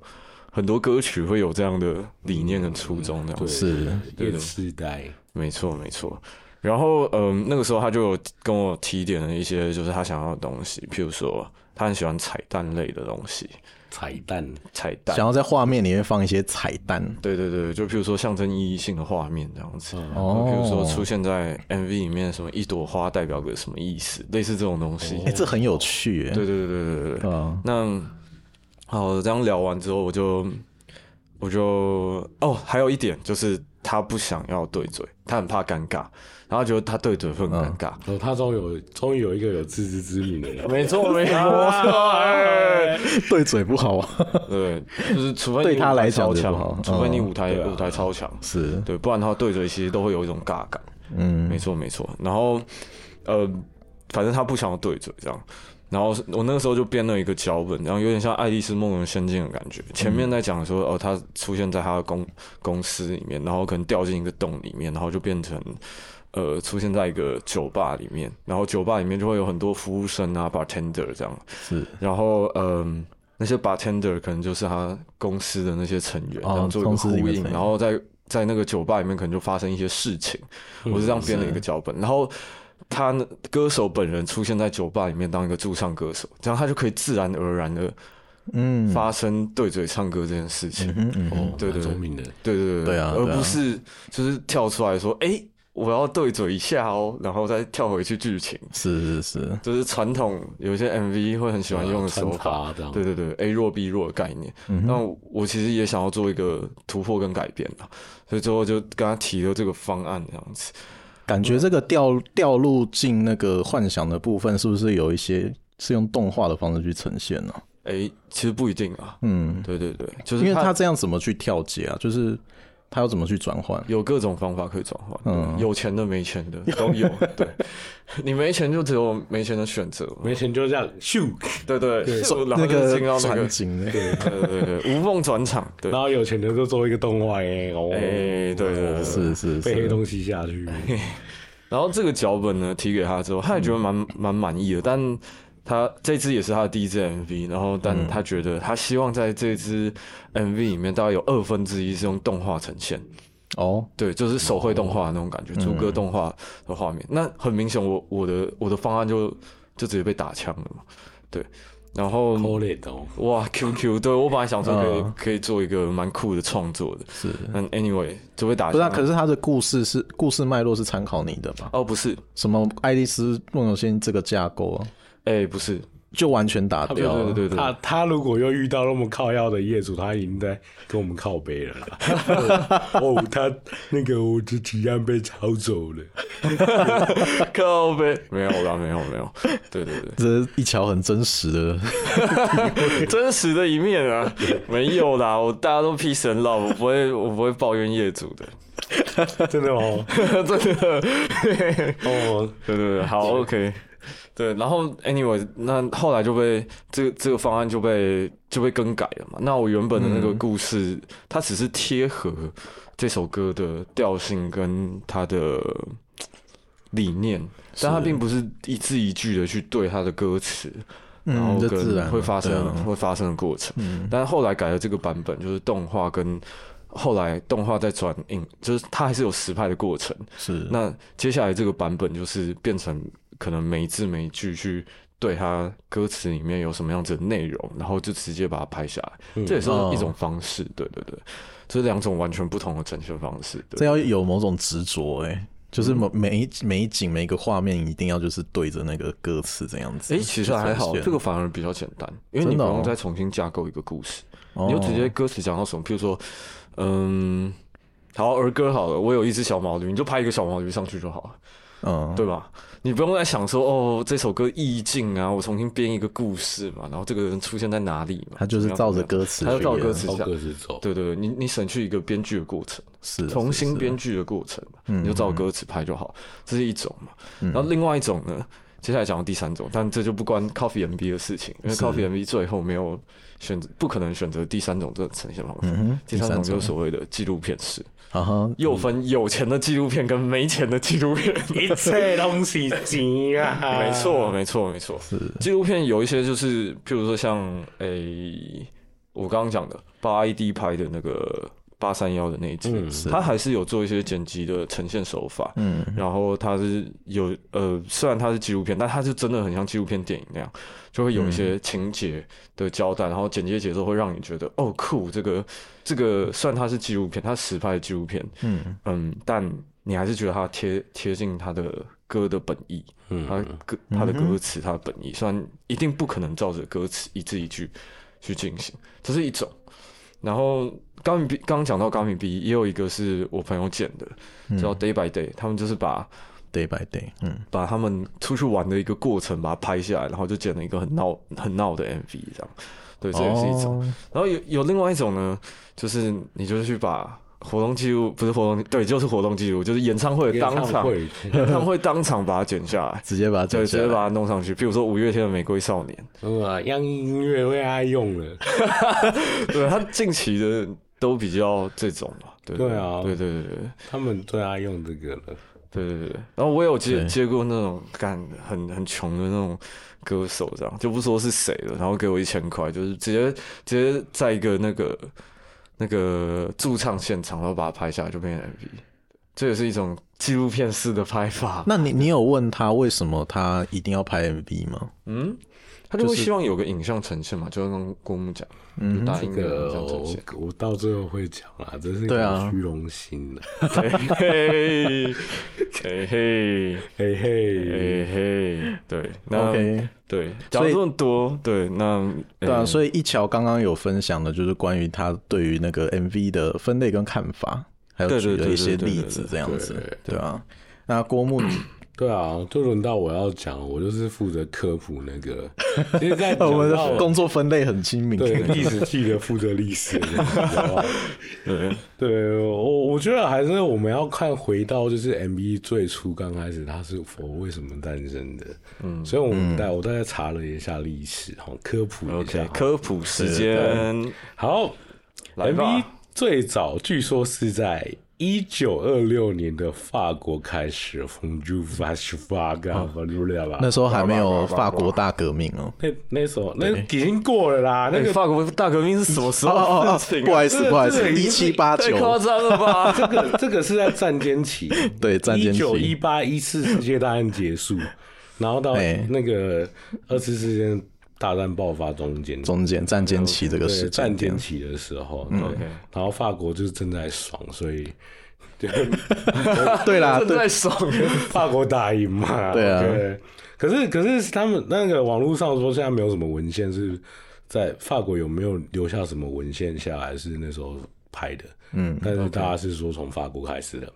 很多歌曲会有这样的理念跟初衷，这样子。是对，也痴呆，没错，没错。然后，嗯，那个时候他就有跟我提点了一些，就是他想要的东西，譬如说他很喜欢彩蛋类的东西，彩蛋，彩蛋。想要在画面里面放一些彩蛋，对对对，就比如说象征意义性的画面这样子，哦比如说出现在 MV 里面什么一朵花代表个什么意思，类似这种东西。哎、这很有趣耶。对对对对对对对。 嗯，那好，这样聊完之后，我就我就哦，还有一点就是他不想要对嘴，他很怕尴尬，然后觉得他对嘴会很尴嗯尬。然后他终于有终于有一个有自知之明的人，没错，没错，哎对嘴不好啊， 对，就是除非你对他来讲舞台超就不好强，除非你嗯舞台对啊舞台超强，是，对，不然的话对嘴其实都会有一种尬感。嗯，没错没错。然后呃，反正他不想要对嘴这样。然后我那个时候就编了一个脚本，然后有点像《爱丽丝梦游仙境》的感觉。前面在讲说，哦，他出现在他的公公司里面，然后可能掉进一个洞里面，然后就变成，呃，出现在一个酒吧里面，然后酒吧里面就会有很多服务生啊，bartender 这样。是，然后嗯、那些 bartender 可能就是他公司的那些成员，哦然后做一个公司里面呼成应，员然后在在那个酒吧里面可能就发生一些事情。嗯我是这样编了一个脚本，然后。他呢歌手本人出现在酒吧里面当一个驻唱歌手，这样他就可以自然而然的嗯，发生对嘴唱歌这件事情。嗯嗯嗯，哦，对对对蛮聪明的，对对对对啊而对啊不是就是跳出来说，哎、我要对嘴一下哦，然后再跳回去剧情，是是是，就是传统有一些 MV 会很喜欢用的手啊穿法。插这样，对对对，A 弱 B 弱的概念。嗯那、我其实也想要做一个突破跟改变啊，所以最后就跟他提了这个方案这样子。感觉这个掉掉入进那个幻想的部分，是不是有一些是用动画的方式去呈现呢、哎、其实不一定啊。嗯，对对对，就是因为他这样怎么去跳接啊？就是他要怎么去转换？有各种方法可以转换，嗯对有钱的、没钱的都 有。对，你没钱就只有没钱的选择，没钱就这样咻，对对，就然后那就进到那场个，景呢，对对对对，无缝转场， 对然，后有钱的就做一个动画哎，哦，哎对对对是是被黑是，东西下去，然后这个脚本呢提给他之后，他也觉得蛮蛮满意的，但他这支也是他的第一支 MV，然后但他觉得他希望在这支 MV 里面大概有二分之一是用动画呈现，哦，对，就是手绘动画那种感嗯觉，猪哥动画的画面。那很明显，我我的我的方案就就直接被打枪了嘛，对。然后好累的哦，哇，QQ，对我本来想说可以、嗯可以做一个蛮酷的创作的，是。但 anyway 就被打不枪是、啊，了。可是他的故事是故事脉络是参考你的吧？哦，不是，什么《爱丽丝梦游仙境》这个架构啊，哎、不是，就完全打对掉啊对了。对对对，他他如果又遇到那么靠腰的业主，他已经在跟我们靠背了啦。哦，他那个我的提案被抄走了，靠呗，没有啦，没有没有，对 对对，这是一条很真实的，真实的一面啊，没有啦，我大家都 peace and love，我不会我不会抱怨业主 的，真的哦， 真的。哦，对 对对，好，OK，对，然后 anyway，那后来就被这个这个方案就被就被更改了嘛。那我原本的那个故事，它只是贴合这首歌的调性跟它的理念，但它并不是一字一句的去对它的歌词。然后嗯，这自跟然会发生、对啊嗯会发生的过程，但是后来改了这个版本，就是动画跟后来动画再转印，就是它还是有实拍的过程，是那接下来这个版本就是变成可能每字每句去对它歌词里面有什么样子的内容，然后就直接把它拍下来，嗯这也是一种方式。对对对，这是嗯两种完全不同的呈现方式。这对嗯要有某种执着哎、就是每每一每一景每一个画面一定要就是对着那个歌词这样子。哎、其实还好，去呈现这个反而比较简单，因为你真不的哦用再重新架构一个故事，哦你就直接歌词讲到什么，譬如说，嗯，好儿歌好了，我有一只小毛驴，你就拍一个小毛驴上去就好了。嗯，对吧？你不用再想说哦，这首歌意境啊，我重新编一个故事嘛，然后这个人出现在哪里嘛，他就是照着歌词去他演，就照着歌词抄讲。各自走，对对对，你你省去一个编剧的过程，是重啊是嗯新是编剧的过程，你就照歌词拍就好，这是一种嘛。嗯然后另外一种呢，接下来讲到第三种，但这就不关 Coffee MV 的事情，因为 Coffee MV 最后没有选择，不可能选择第三种这种呈现方嗯式。第三种就是所谓的纪录片式，啊哈，又分有钱的纪录片跟没钱的纪录片。一切东西钱啊， 没，错，没错，没错。纪录片有一些就是，譬如说像诶、我刚刚讲的八 ID 拍的那个八三幺的那一集，嗯他还是有做一些剪辑的呈现手法，嗯，然后他是有呃，虽然它是纪录片，但它是真的很像纪录片电影那样，就会有一些情节的交代，然后剪接节奏会让你觉得哦酷，这个这个虽然它是纪录片，它是实拍的纪录片，嗯嗯，但你还是觉得它贴贴近它的歌的本意，嗯它的歌它的歌词它的本意，虽然一定不可能照着歌词一字一句去进行，这是一种。然后高米 B 刚刚讲到高米 B，也有一个是我朋友剪的，叫 Day by Day，他们就是把嗯，day by day，嗯把他们出去玩的一个过程把它拍下来，然后就剪了一个很闹很闹的 MV 这样。对，这也是一哦种。然后有有另外一种呢，就是你就是去把活动记录，不是活动，对，就是活动记录，就是演唱会的当演唱场， 会演唱会当场把它剪下来，直接把它对，剪直下接来，把它弄上去。比如说五月天的《玫瑰少年哇，央音音乐为他用了，》，对他近期的都比较这种嘛，对对啊对对对对。他们对他用这个了。对对对，然后我有接对接过那种干很很穷的那种歌手，这样就不说是谁了，然后给我一千块，就是直接直接在一个那个那个驻唱现场，然后把它拍下来，就变成 MV。这也是一种纪录片式的拍法。那你你有问他为什么他一定要拍 MV 吗？嗯，他就会希望有个影像呈现嘛，就像刚郭牧讲，嗯，大这音乐影个像呈我现。我到最后会讲啦，这是一对啊个虚荣心 的，嘿嘿嘿嘿嘿嘿，嘿嘿，对，那 OK 对，讲了这么多，对，那对啊，所以一桥刚刚有分享的就是关于他对于那个 MV 的分类跟看法，还有对举对了对一些对对例对子对这样子对对，对啊。那郭 牧，对啊，就轮到我要讲，我就是负责科普那 个，其实在讲我们到的工作分类很亲民，对历史系的负责历史的，好不好对对我，我觉得还是我们要看回到就是 M V 最初刚开始它是否为什么诞生的，嗯，所以我们大我大概查了一下历史哈，科普一下 OK，科普时间，好来，M 吧 V 最早据说是在一九二六年的法国开始，红就发是发啊干不入了吧？那时候还没有法国大革命哦。那那时候那已经过了啦，那哎个法国大革命是什么时哦候哦的哦事，情不啊？好意这思，个不好意思这，个已一经七八太夸九，张了吧？这个这个是在战间期， 对战间期一九一八一次世界大战结束，然后到哎那个二次世界大战爆发中间，中间战间期这个对时战间点嗯间，期的时候，对，然后法国就是正在爽，所以对 啦，真的对太爽了，法国打赢嘛，对啊对。可是可是他们那个网络上说现在没有什么文献是在法国有没有留下什么文献下来是那时候拍的，嗯，但是大家是说从法国开始的。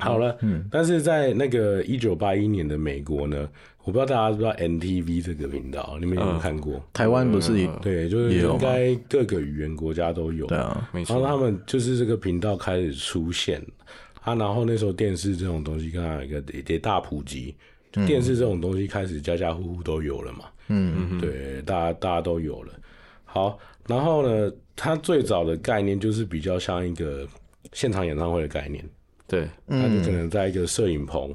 好了，嗯，但是在那个一九八一年的美国呢，我不知道大家知不知道 NTV 这个频道，你们有没有看过？台湾不是对，就是也有应吗该各个语言国家都有。对啊，没然后他们就是这个频道开始出现啊，然后那时候电视这种东西刚刚有一个也也大普及，嗯就电视这种东西开始家家户户都有了嘛，嗯嗯，对，大家大家都有了。好，然后呢，它最早的概念就是比较像一个现场演唱会的概念，对，他就可能在一个摄影棚，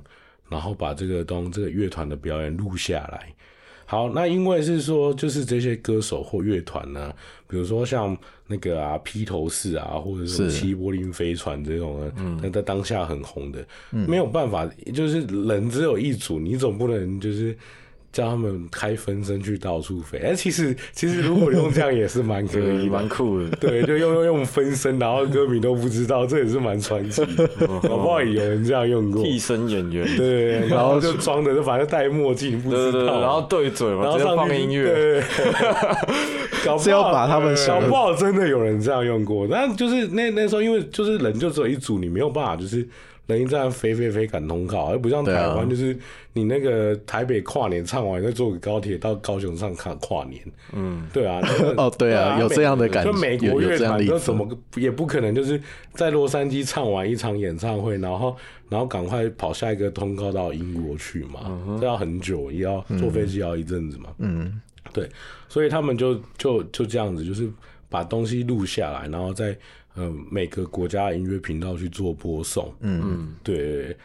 然后把这个东这个乐团的表演录下来。好，那因为是说，就是这些歌手或乐团呢，比如说像那个啊披头士啊，或者是是七柏林飞船这种呢，那、在当下很红的，没有办法，就是人只有一组，你总不能就是叫他们开分身去到处飞。哎、其实其实如果用这样也是蛮可以对，的，蛮酷的。 对，就用用用分身，然后歌迷都不知道，这也是蛮传奇的，搞不好有人这样用过。嗯替身演员，对 对，然后就装的，就反正戴墨镜，不对知对，道，然后对嘴然嘛，后直接上放去音乐，， 对搞不好是要把他们想搞的不好真的有人这样用过，但就是那那时候，因为就是人就只有一组，你没有办法就是。人一站飞飞飞赶通告，而不像对啊台湾，就是你那个台北跨年唱完，再坐个高铁到高雄上看跨年。嗯，对啊，那个 哦对啊，有这样的感觉就，美有国有乐这样团例都子怎，么也不可能，就是在洛杉矶唱完一场演唱会，然后然后赶快跑下一个通告到英国去嘛，嗯这要很久，也要坐飞机要一阵子嘛。嗯，对，所以他们就就就这样子，就是把东西录下来，然后在呃每个国家的音乐频道去做播送。嗯，对。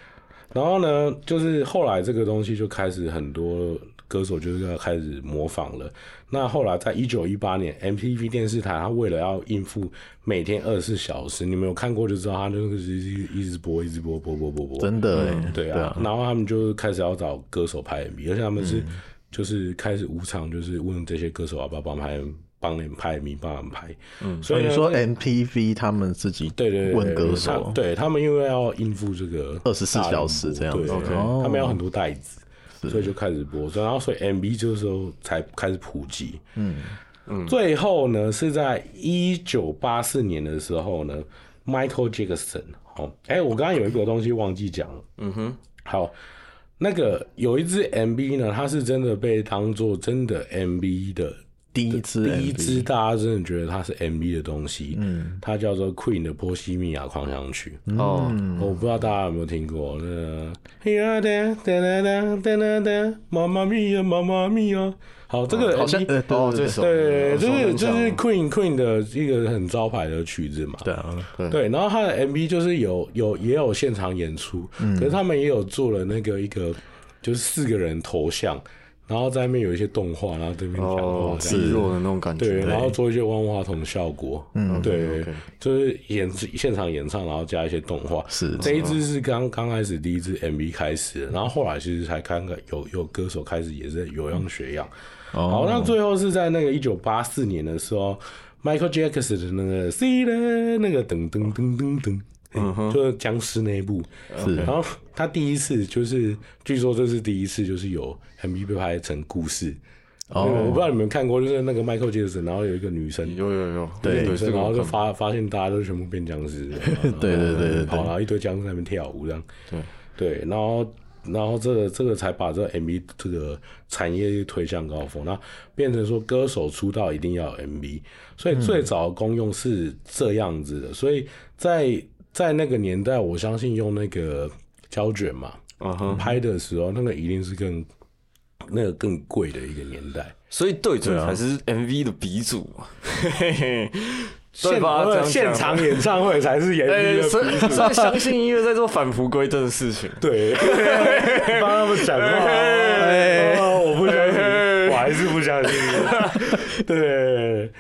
然后呢，就是后来这个东西就开始很多歌手就是要开始模仿了。那后来在一九一八年，MTV 电视台，它为了要应付每天二十四小时，你们有看过就知道，它就是一直一直播，一直播，播播播播。真的哎、对啊，然后他们就开始要找歌手拍 MV，而且他们是、就是开始无偿，就是问这些歌手要不要帮拍，帮你们拍 MV，帮他们拍。嗯，所所以以哦呢你说 MPV 他们自己对对对，问歌他手，对他们因为要应付这个24小时这样子对 OK 他们要很多袋子，所以就开始播，所以然后所以 MV 这时候才开始普及，嗯嗯，最后呢是在一九八四年的时候呢，Michael Jackson 哦，哎、我刚刚有一个东西忘记讲了，嗯哼，好。那个有一支 MV 呢，它是真的被当做真的 MV 的第一支第 MV 一支大家真的觉得它是 MV 的东西，嗯，它叫做 Queen 的《波西米亚狂想曲》哦，我不知道大家有没有听过那个 Here da da da da da da Mamma mia Mamma mia，好，这个 MV, 好像呃对哦，对这对首对，我就说是很就像是 Queen Queen 的一个很招牌的曲子嘛，对啊，对，然后他的 MV 就是有有也有现场演出，可是他们也有做了那个一个就是四个人头像，然后在那边有一些动画，然后这边讲话哦，这样肌肉的那种感对，觉，然后做一些万花筒效果，嗯，对，就是演现场演唱，然后加一些动画。是这一支是刚刚开始第一支 MV 开始的，然后后来其实才看看有有歌手开始也是有样学样。好，那最后是在那个一九八四年的时候，Michael Jackson 的那个 See 的那个噔噔噔噔噔。就是僵尸那一部，然后他第一次就是，据说这是第一次，就是有 MV 被拍成故事，哦，我不知道你们看过，就是那个 Michael Jackson，然后有一个女生，有有有，对对，这然个后我就看发发现大家都全部变僵 尸，对对对对跑，然后一堆僵尸在那边跳舞这样，对对，然后然后这个这个才把这个 MV 这个产业推向高峰，那变成说歌手出道一定要有 MV，所以嗯最早的功用是这样子的，所以在在那个年代，我相信用那个胶卷嘛，嗯哼，拍的时候那个一定是更那个更贵的一个年代。所以对啊准才是 MV 的鼻祖嘛，嘿嘿，对现呃吧？这样讲啊现场演唱会才是演哎，的所以所以相信音乐在做返璞归真的事情。对， 帮他们讲话，哦我不相信，我还是不相信。对，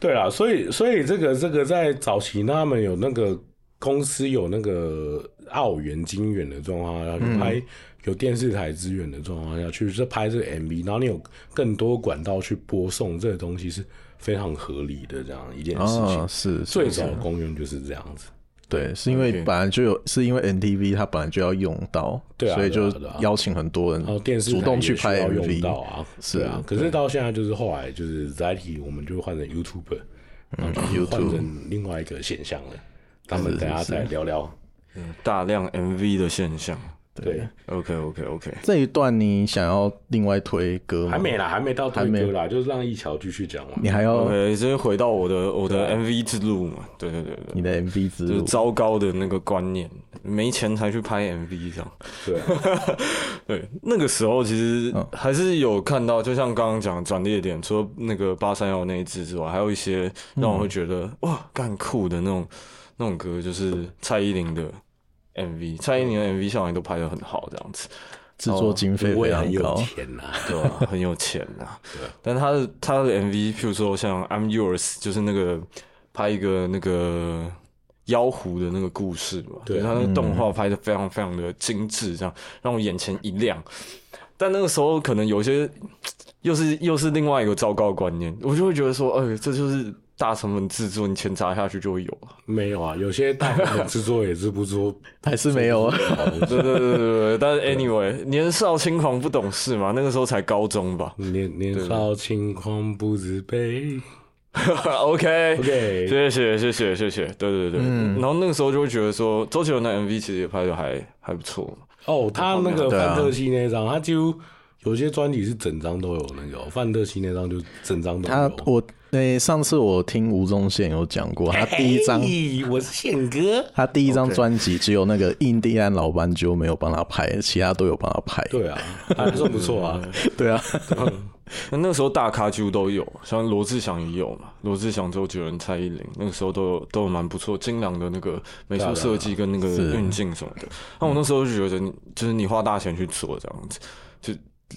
对啦，所以所以这个这个在早期那他们有那个公司有那个澳元金元的状况下去拍。有电视台资源的状况下去，是拍这个 MV，然后你有更多管道去播送这个东西是非常合理的这样一件事情。哦是最是早的公用就是这样子。对，是因为 OK 本来就有，是因为 NTV 它本来就要用到，对啊所以对就啊对啊邀请很多人然后电视台主动去也需拍要用到 MV，啊，是对啊。可是到现在就是后来就是载体，我们就换成 YouTuber，然嗯后就换成另外一个现象了。他们等下再聊聊。大量 MV 的现象。对， OK OK OK，这一段你想要另外推歌吗？还没啦，还没到推歌啦，就是让一桥继续讲完你。还要 OK，这就回到我的我的 MV 之路嘛，对对对对，你的 MV 之就是路，糟糕的那个观念，没钱才去拍 MV 这样。对啊， 对，那个时候其实还是有看到，就像刚刚讲的转捩点，除了那个八三幺那一支之外，还有一些让我会觉得、哇干酷的那种那种歌，就是蔡依林的 MV，蔡依林的 MV 向来都拍的很好这样子。制作经费哦我非也很常有高，钱呐。对啊，很有钱啊。但他的他的 MV，譬如说像《I'm Yours》，就是那个拍一个那个妖狐的那个故事嘛，对他那个动画拍的非常非常的精致，这样让我眼前一亮。但那个时候可能有些又是又是另外一个糟糕的观念，我就会觉得说，哎、这就是大成本制作，你钱砸下去就会有了。没有啊，有些大牌的制作也是不做，还是没 有啊？对对对对对，对但是 anyway，年少轻狂不懂事嘛，那个时候才高中吧年年少轻狂不自卑。 ，OK OK，谢谢谢谢谢谢，对对对，然后那个时候就会觉得说，周杰伦的 MV 其实也拍的还还不错，哦，他那个啊范特西那张，他几乎有些专辑是整张都有那个哦、范特西那张就整张都他有。我诶、上次我听吴宗宪有讲过，他第一张嘿我是宪 哥。他第一张专辑只有那个印第安老斑鸠没有帮他拍，其他都有帮他拍。对啊，还算不错啊。嗯对啊，那那个时候大咖几乎都有，像罗志祥也有嘛，罗志祥、周杰伦、蔡依林，那个时候都有都有蛮不错精良的那个美术设计跟那个运镜什么的。那我那时候就觉得你，就是你花大钱去做这样子，就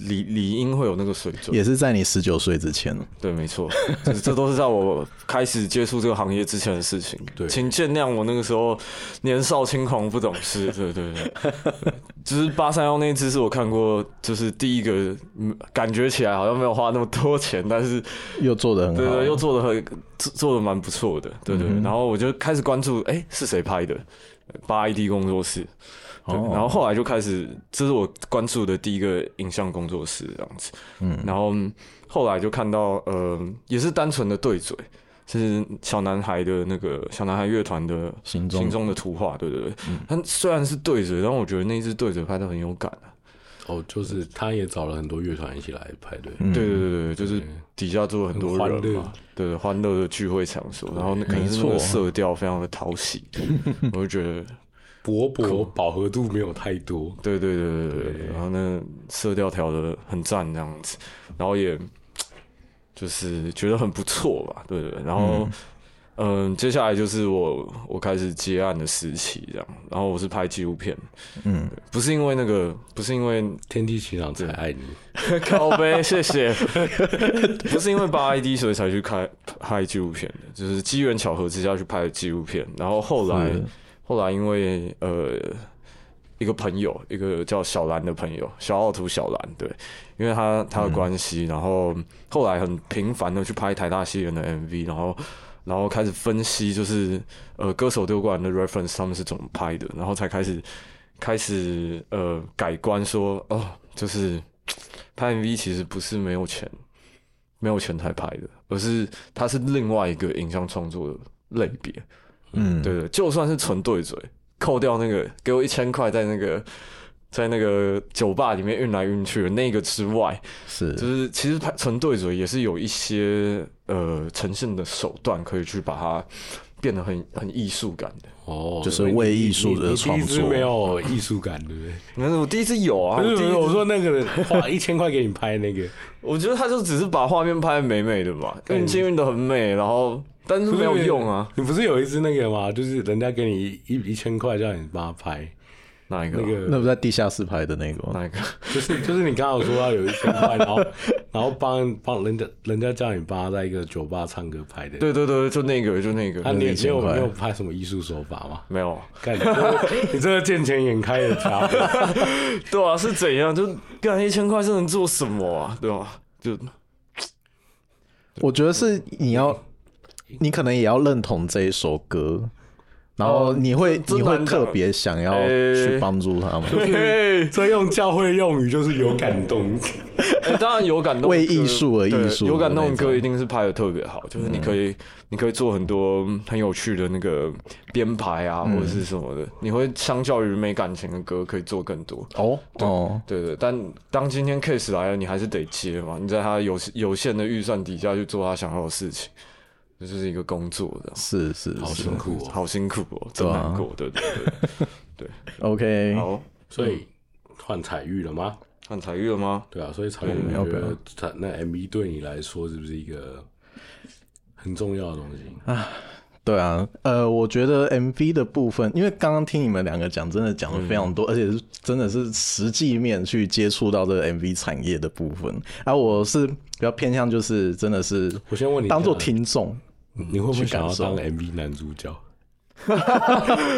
理理应会有那个水啊准。也是在你十九岁之前。对，没错，这这都是在我开始接触这个行业之前的事情。对请见谅我那个时候年少轻狂不懂事。对对对，就是八三幺那一只是我看过，就是第一个，嗯感觉起来好像没有花那么多钱，但是又做的很好，嗯对对，又做的很做做的蛮不错的，对对。然后我就开始关注，哎、是谁拍的？八 ID 工作室。对，哦然后后来就开始，这是我关注的第一个影像工作室这样子。嗯，然后嗯后来就看到，呃，也是单纯的对嘴，是小男孩的那个小男孩乐团的行踪嗯行踪的图画，对对对。但虽然是对嘴，但我觉得那一支对嘴拍的很有感啊。哦，就是他也找了很多乐团一起来排队，对对对对，就是底下坐了很多很欢人乐嘛，对对，欢乐的聚会场所，然后那可能是那没错个色调非常的讨喜，我就觉得，薄薄饱和度没有太多，对对对对对对，然后那色调调的很赞这样子，然后也就是觉得很不错吧，对对，对然后。嗯，接下来就是我我开始接案的时期，这样，然后我是拍纪录片，嗯，不是因为那个，不是因为天地奇长才爱你，靠 背，谢谢。不是因为八 ID 所以才去开拍纪录片的，就是机缘巧合之下去拍的纪录片。然后后来是后来因为呃一个朋友，一个叫小兰的朋友，小奥图小兰，对，因为他他的关系，然后后来很频繁的去拍台大戏院的 MV，然后。然后开始分析，就是呃歌手丢过来的 reference 他们是怎么拍的，然后才开始开始呃改观说，哦，就是拍 MV 其实不是没有钱，没有钱才拍的，而是它是另外一个影像创作的类别。嗯，，对对，就算是纯对嘴，扣掉那个给我一千块在那个在那个酒吧里面运来运去的那个之外，就是是其实拍纯对嘴也是有一些呃呈现的手段可以去把它变得很很艺术感的。哦，就是为艺术的你你创作你第一支没有艺术感，对不对？那我第一次有啊，不我是，第不是一次我说那个人花 一千块给你拍那个，我觉得他就只是把画面拍的美美的嘛，运镜运的很美，然后但是没有用啊。你不是有一支那个吗？就是人家给你一一千块叫你帮他拍哪一个那啊？个，那不在地下室拍的那个吗？哪一个？就是就是你刚好说要有一千 块，然后然后帮帮人家人家叫你帮他在一个酒吧唱歌拍的，对对对，就那个，就那个。啊，你1000没有块没有拍什么艺术手法吗？没有， 干，你这个你这个见钱眼开的家伙，对啊，是怎样？就干一千块是能做什么啊？对吧？就我觉得是你嗯要，你可能也要认同这一首歌，然后你会真你会哦难讲特别想要哎去帮助他们， 嘿，这用教会用语就是有感动。哎当然有感动，为艺术而艺术对有感的那动种嗯的歌一定是拍的特别好，就是你可以，你可以做很多很有趣的那个编排嗯啊，或者是什么的，你会相较于没感情的歌可以做更多。哦哦，对对，但当今天 case 来了，你还是得接嘛。你在他有有限的预算底下去做他想要的事情，这就是一个工作的，是是啊是辛苦哦好辛苦哦，真难过。啊对对对，OK，对，好，所以换彩玉了吗？看彩玉了吗？对啊，所以彩玉，你要觉不要得彩那 MV 对你来说是不是一个很重要的东西？对啊，呃，我觉得 MV 的部分，因为刚刚听你们两个讲，真的讲的非常嗯多，而且是真的是实际面去接触到这个 MV 产业的部分。啊，我是比较偏向就是真的是我先问你一下，当嗯做听众，你会不会想要去感当受 MV 男主角？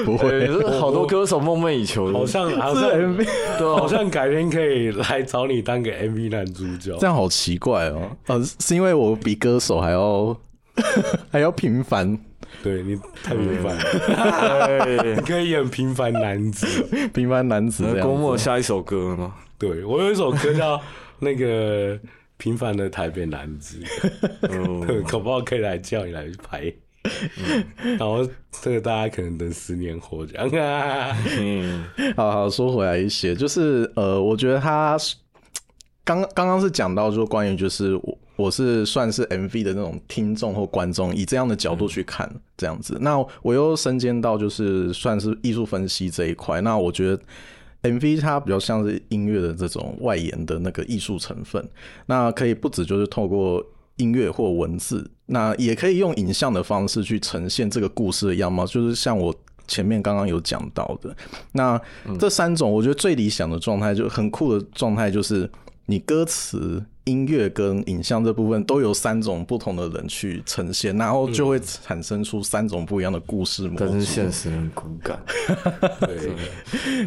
不对，会就是好多歌手梦寐以求好 的，像啊好是像 MV，好像改天可以来找你当个 MV 男主角。这样好奇怪哦。呃，是因为我比歌手还要 还要频繁，对你太平凡了，对你可以演平凡男 子。频繁男子这郭样。沫下一首歌了 吗？对我有一首歌叫那个《 平凡的台北男子》， 嗯，可不好可以来叫你来拍？嗯然后这个大家可能等十年后讲啊，嗯好好说回来一些，就是呃，我觉得他是刚刚刚是讲到，就关于就是我我是算是 MV 的那种听众或观众，以这样的角度去看、这样子。那我又身兼到就是算是艺术分析这一块，那我觉得。MV 它比较像是音乐的这种外延的那个艺术成分，那可以不止就是透过音乐或文字，那也可以用影像的方式去呈现这个故事的样貌，就是像我前面刚刚有讲到的。那这三种，我觉得最理想的状态就很酷的状态就是。你歌词、音乐跟影像这部分都有三种不同的人去呈现，然后就会产生出三种不一样的故事模但是组。现实很骨 感，对，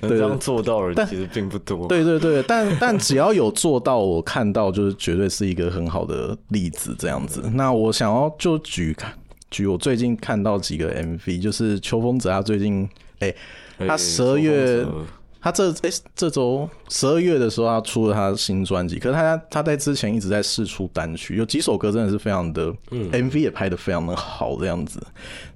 能这样做到的人其实并不多。对对对，但但只要有做到，我看到就是绝对是一个很好的例子，这样子。那我想要就举举我最近看到几个 MV，就是秋风子他最近，哎、哎，他十二月说风者他这哎、这周十二月的时候，他出了他的新专辑，可是他他在之前一直在试出单曲，有几首歌真的是非常的、m 嗯 v 也拍的非常的好这样子，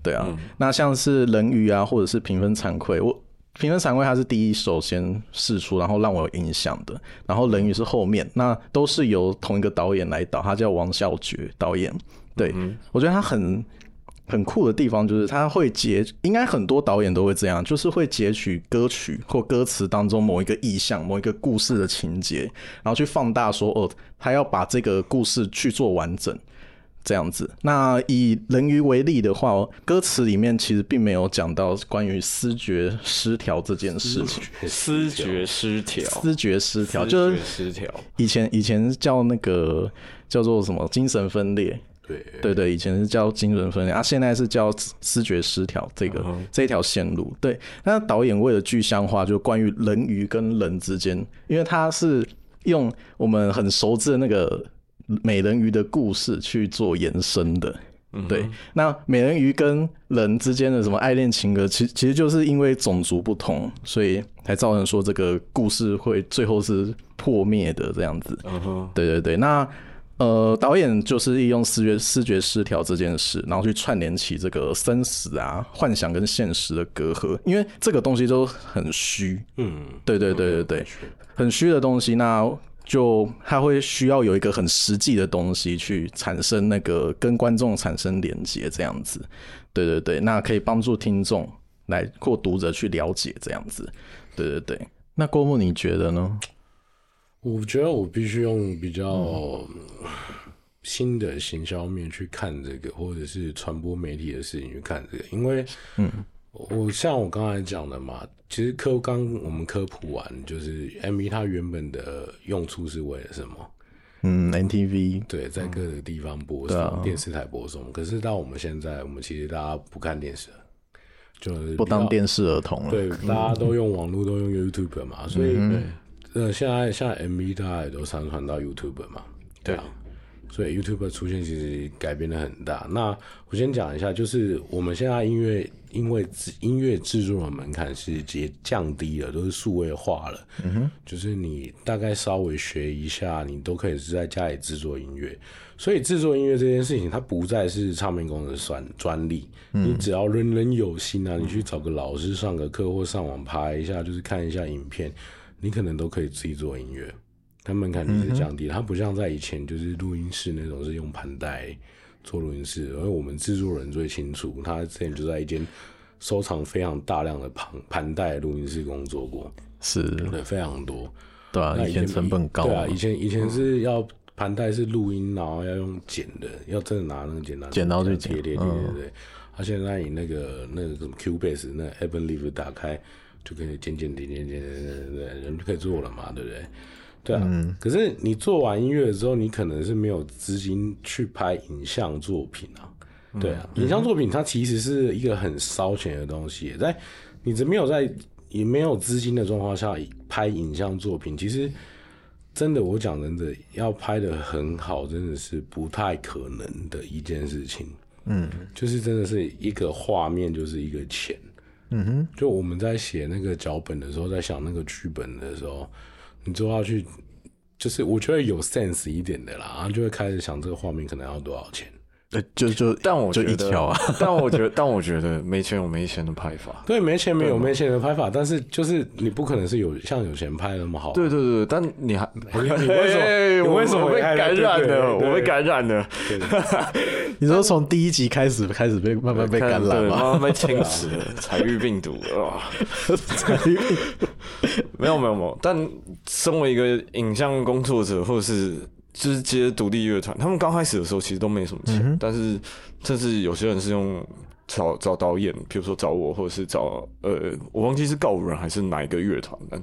对啊，那像是《人鱼》啊，或者是《平分惭愧》，我《平分惭愧》它是第一首先试出，然后让我有印象的，然后《人鱼》是后面，那都是由同一个导演来导，他叫王孝觉导演，对、我觉得他很很酷的地方就是他会截，应该很多导演都会这样，就是会截取歌曲或歌词当中某一个意象、某一个故事的情节，然后去放大说，哦，他要把这个故事去做完整。这样子，那以人鱼为例的话，歌词里面其实并没有讲到关于思觉失调这件事情。思觉失调，思觉失调思就是觉失调，以前以前叫那个叫做什么精神分裂， 对对对，以前是叫精神分裂，啊，现在是叫视觉失调这嗯个、这条线路。对，那导演为了具象化，就关于人鱼跟人之间，因为他是用我们很熟知的那个美人鱼的故事去做延伸的。嗯对，那美人鱼跟人之间的什么爱恋情歌，其其实就是因为种族不同，所以才造成说这个故事会最后是破灭的这样子。嗯哼，对对对，那呃，导演就是利用视觉视觉失调这件事，然后去串联起这个生死啊、幻想跟现实的隔阂，因为这个东西都很虚。嗯，对对对对对，很虚的东西，那就它会需要有一个很实际的东西去产生那个跟观众产生连接，这样子。对对对，那可以帮助听众来或读者去了解这样子。对对对，那郭牧你觉得呢？我觉得我必须用比较嗯新的行销面去看这个，或者是传播媒体的事情去看这个，因为，嗯，我像我刚才讲的嘛，其实科刚我们科普完，就是 MV 它原本的用处是为了什么？嗯，NTV 对，在各个地方播送，电视台播送。可是到我们现在，我们其实大家不看电视了，就是不比较当电视儿童了。对，大家都用网络，都用 YouTube 嘛，所以、呃，现在现在 MV 大家也都上传到 YouTube 嘛，对啊，所以 YouTube 出现其实改变的很大。那我先讲一下，就是我们现在音乐因为制音乐制作的门槛是也降低了，都是数位化了，嗯哼，就是你大概稍微学一下，你都可以是在家里制作音乐。所以制作音乐这件事情，它不再是唱片公司的专专利，你只要人人有心啊，你去找个老师上个课或上网拍一下，就是看一下影片，你可能都可以自己做音乐。它门槛嗯就是降低，它不像在以前就是录音室那种是用盘带做录音室，而我们制作人最清楚，他之前就在一间收藏非常大量的盘盘带录音室工作过，是，对，非常多。对嗯啊，那以前成本高对嘛啊，，以前以嗯前是要盘带是录音，然后要用剪的，要真的拿那个剪刀剪刀去剪嗯贴贴贴贴对。他现在你那个那个什么 Cubase 那 App Live 打开就可以剪剪剪剪剪剪，对，人就可以做了嘛，对不对？对啊，嗯可是你做完音乐之后，你可能是没有资金去拍影像作品啊。嗯对啊，影像作品它其实是一个很烧钱的东西，在你这没有在也没有资金的状况下拍影像作品，其实真的我讲真的，要拍的很好，真的是不太可能的一件事情。嗯，就是真的是一个画面就是一个钱。嗯哼，就我们在写那个脚本的时候，在想那个剧本的时候，你就要去，就是我觉得有 sense 一点的啦，然后啊就会开始想这个画面可能要多少钱。呃就就但我就觉一得条啊， 但我觉得，但我觉得没钱有没钱的拍法。对，没钱没有没钱的拍法，但是就是你不可能是有像有钱拍的那么好。对对对，但你还哎你你为 什么你为什么被害怕感对染对了？对我被感染了， 你说从第一集开始开始被慢慢被感染对，嘛，慢慢被侵蚀 了，才遇病毒啊！没有没有没有，但身为一个影像工作者，或者是就是嗯接独立乐团，他们刚开始的时候其实都没什么钱，但是甚至有些人是用找找导演，比如说找我，或者是找呃，我忘记是告五人还是哪一个乐团，但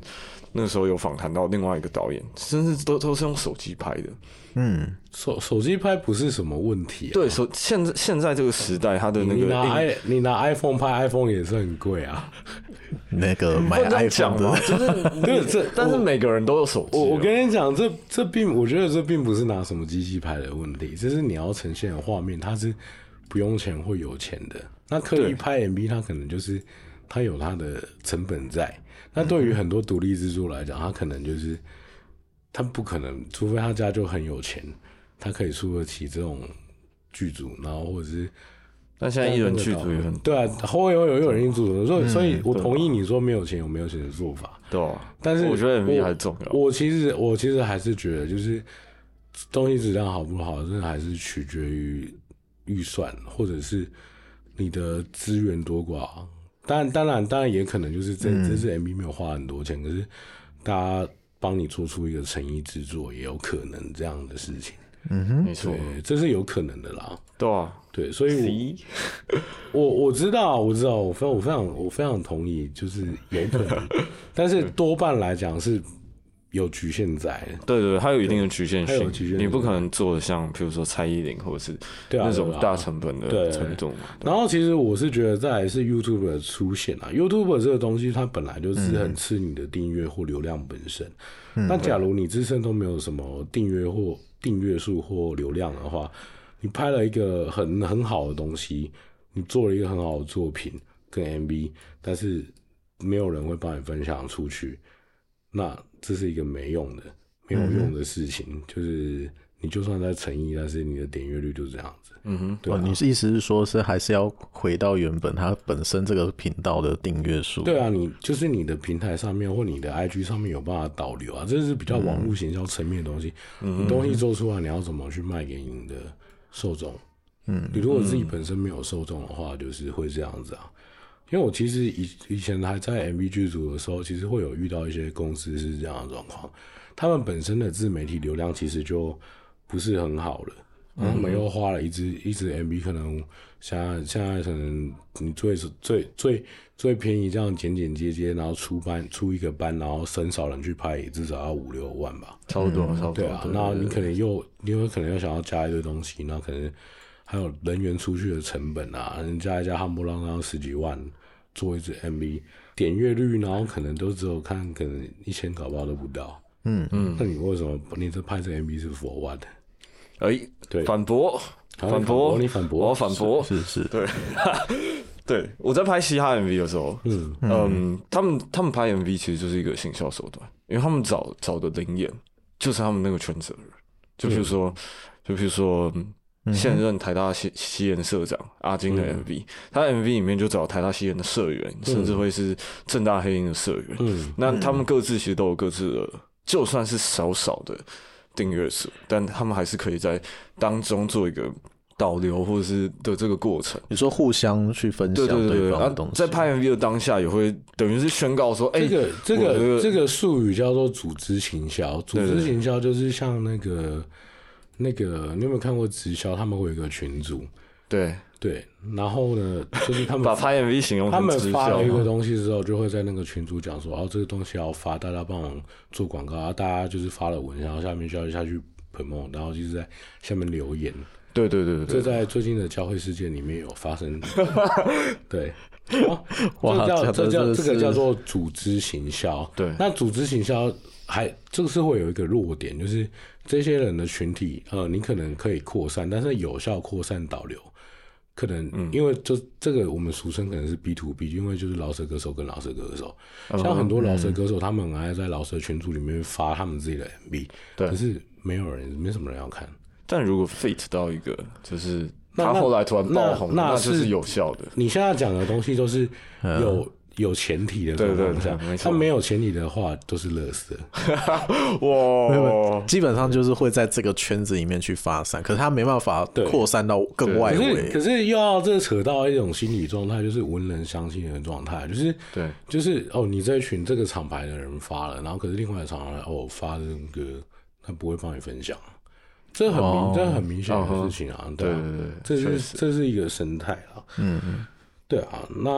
那时候有访谈到另外一个导演，甚至都都是用手机拍的。嗯，手手机拍不是什么问题、啊。对，手现在现在这个时代，它的那你个拿硬 i 你拿 iPhone 拍 iPhone 也是很贵啊。 那 个买不能 iPhone 嘛，的，就是这这，但是每个人都有手机啊。我我跟你讲，这这并我觉得这并不是拿什么机器拍的问题，这是你要呈现的画面，它是不用钱或有钱的。那刻意拍 MV，它可能就是它有它的成本在。那对于很多独立制作来讲，它可能就是他不可能，除非他家就很有钱，他可以出得起这种剧组，然后或者是但现在艺人剧组也很嗯啊对啊，会有有人一组的，所以所以我同意你说没有钱有没有钱的做法。多，啊但是我觉得 MV 我还重要。我其实我其实还是觉得，就是东西质量好不好，这还是取决于预算或者是你的资源多寡。当然，当然，当然也可能就是这、嗯这次 MV 没有花很多钱，可是大家帮你做出一个诚意之作，也有可能这样的事情。嗯没错，对，这是有可能的啦。对啊，对，所以咦我我我知道，我知道，我非常我非常我非常同意，就是有 可能，但是多半来讲是有局限在的。对对，对它有一定的局限它有性，局限你性不可能做的像，比如说蔡依林或者是对啊那种对啊大成本对的程度嘛。然后其实我是觉得，再来是 YouTube 的出现啊，YouTube 这个东西它本来就是很吃你的订阅或流量本身。嗯那假如你自身都没有什么订阅或订阅数或流量的话，你拍了一个很很好的东西，你做了一个很好的作品跟 MV，但是没有人会帮你分享出去，那这是一个没用的、没有用的事情。就是你就算在诚意，但是你的点阅率就这样子。嗯哼，对啊哦你是意思是说，是还是要回到原本它本身这个频道的订阅数？对啊，你就是你的平台上面或你的 IG 上面有办法导流啊，这是比较网络行销层面的东西。你东西做出来，你要怎么去卖给你的受众？嗯，你如果自己本身没有受众的话，就是会这样子啊。因为我其实以以前还在 MV 剧组的时候，其实会有遇到一些公司是这样的状况，他们本身的自媒体流量其实就不是很好了，然后他们又花了一支一支 MV，可能现在现在可能你最最最最便宜这样简简接接，然后出班出一个班，然后很少人去拍，也至少要五六万吧。差不多，差不多。对啊，那你可能又你有可能又想要加一堆东西，那可能还有人员出去的成本啊，人加一加汉波浪浪十几万做一支 MV，点阅率然后可能都只有看可能一千搞不好都不到。嗯嗯，那你为什么你这拍这 MV 是 for what？哎，对反驳，好反驳，你反驳你反驳我要反驳。是是，对，对我在拍嘻哈 MV 的时候，嗯他们他们拍 MV 其实就是一个行销手段，因为他们找找的灵眼就是他们那个圈子的人，就比如说，就比如说。嗯现任台大西西研社长阿嗯金的 MV，、他的 MV 里面就找台大西研的社员，甚至会是正大黑鹰的社员。嗯，那他们各自其实都有各自的，就算是少少的订阅数，但他们还是可以在当中做一个导流或者是的这个过程。你说互相去分享对对对，方然的后东西，在拍 MV 的当下也会等于是宣告说，哎、这个这我个的这个术语叫做组织行销，组对织对行销就是像那个那个，你有没有看过直销？他们会有一个群组，对，对，然后呢，就是他们 把拍 MV 形容他成们直发销了一个东西之后，就会在那个群组讲说，哦，这个东西要发，大家帮我做广告，啊，大家就是发了文，然后下面就要下去 promo，然后就是在下面留言。对对对这对对，在最近的教会事件里面有发生， 对，哦哇这这叫这叫真的这是个叫做组织行销。对那组织行销还这个是会有一个弱点，就是这些人的群体，呃，你可能可以扩散，但是有效扩散导流，可嗯能因为就这个我们俗称可能是 B to B，因为就是饶舌歌手跟饶舌歌手，哦像很多饶舌歌手，他们很爱在饶舌群组里面发他们自己的 MV，对可是没有人，没什么人要看。但如果 fit 到一个就是那他那后来突然爆红，那那那就是是有效的。你现在讲的东西都是嗯有、有前提的状况嗯对对对没下，他错没有前提的话都是垃圾。哇，基本上就是会在这个圈子里面去发散，可是它没办法对扩散到更外可是可围。是又要这扯到一种心理状态，就是文人相信的状态，就是对就是哦，你这群这个厂牌的人发了，然后可是另外的厂牌哦发这种歌，他不会帮你分享，这很明，哦这很明显嗯哼的事情啊，对啊对对对这确是实这是一个生态啊，嗯对啊，那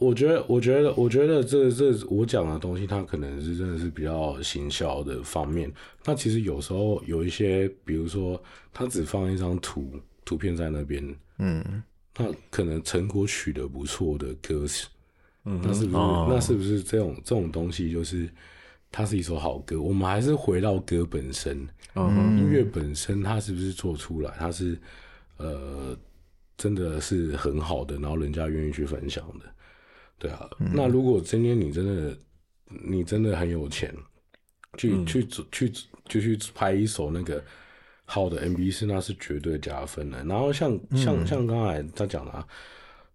我觉得，我觉得，我觉得这这我讲的东西，它可能是真的是比较行销的方面。那其实有时候有一些，比如说他只放一张图图片在那边，嗯，那可能成果取得不错的歌曲，嗯那是不是、哦那是不是这种这种东西就是它是一首好歌？我们还是回到歌本身，嗯音乐本身它是不是做出来？它是呃真的是很好的，然后人家愿意去分享的，对啊。那如果今天你真的你真的很有钱，去、去去就去拍一首那个好的 MV 是那是绝对加分的。然后像像像刚才他讲的、啊，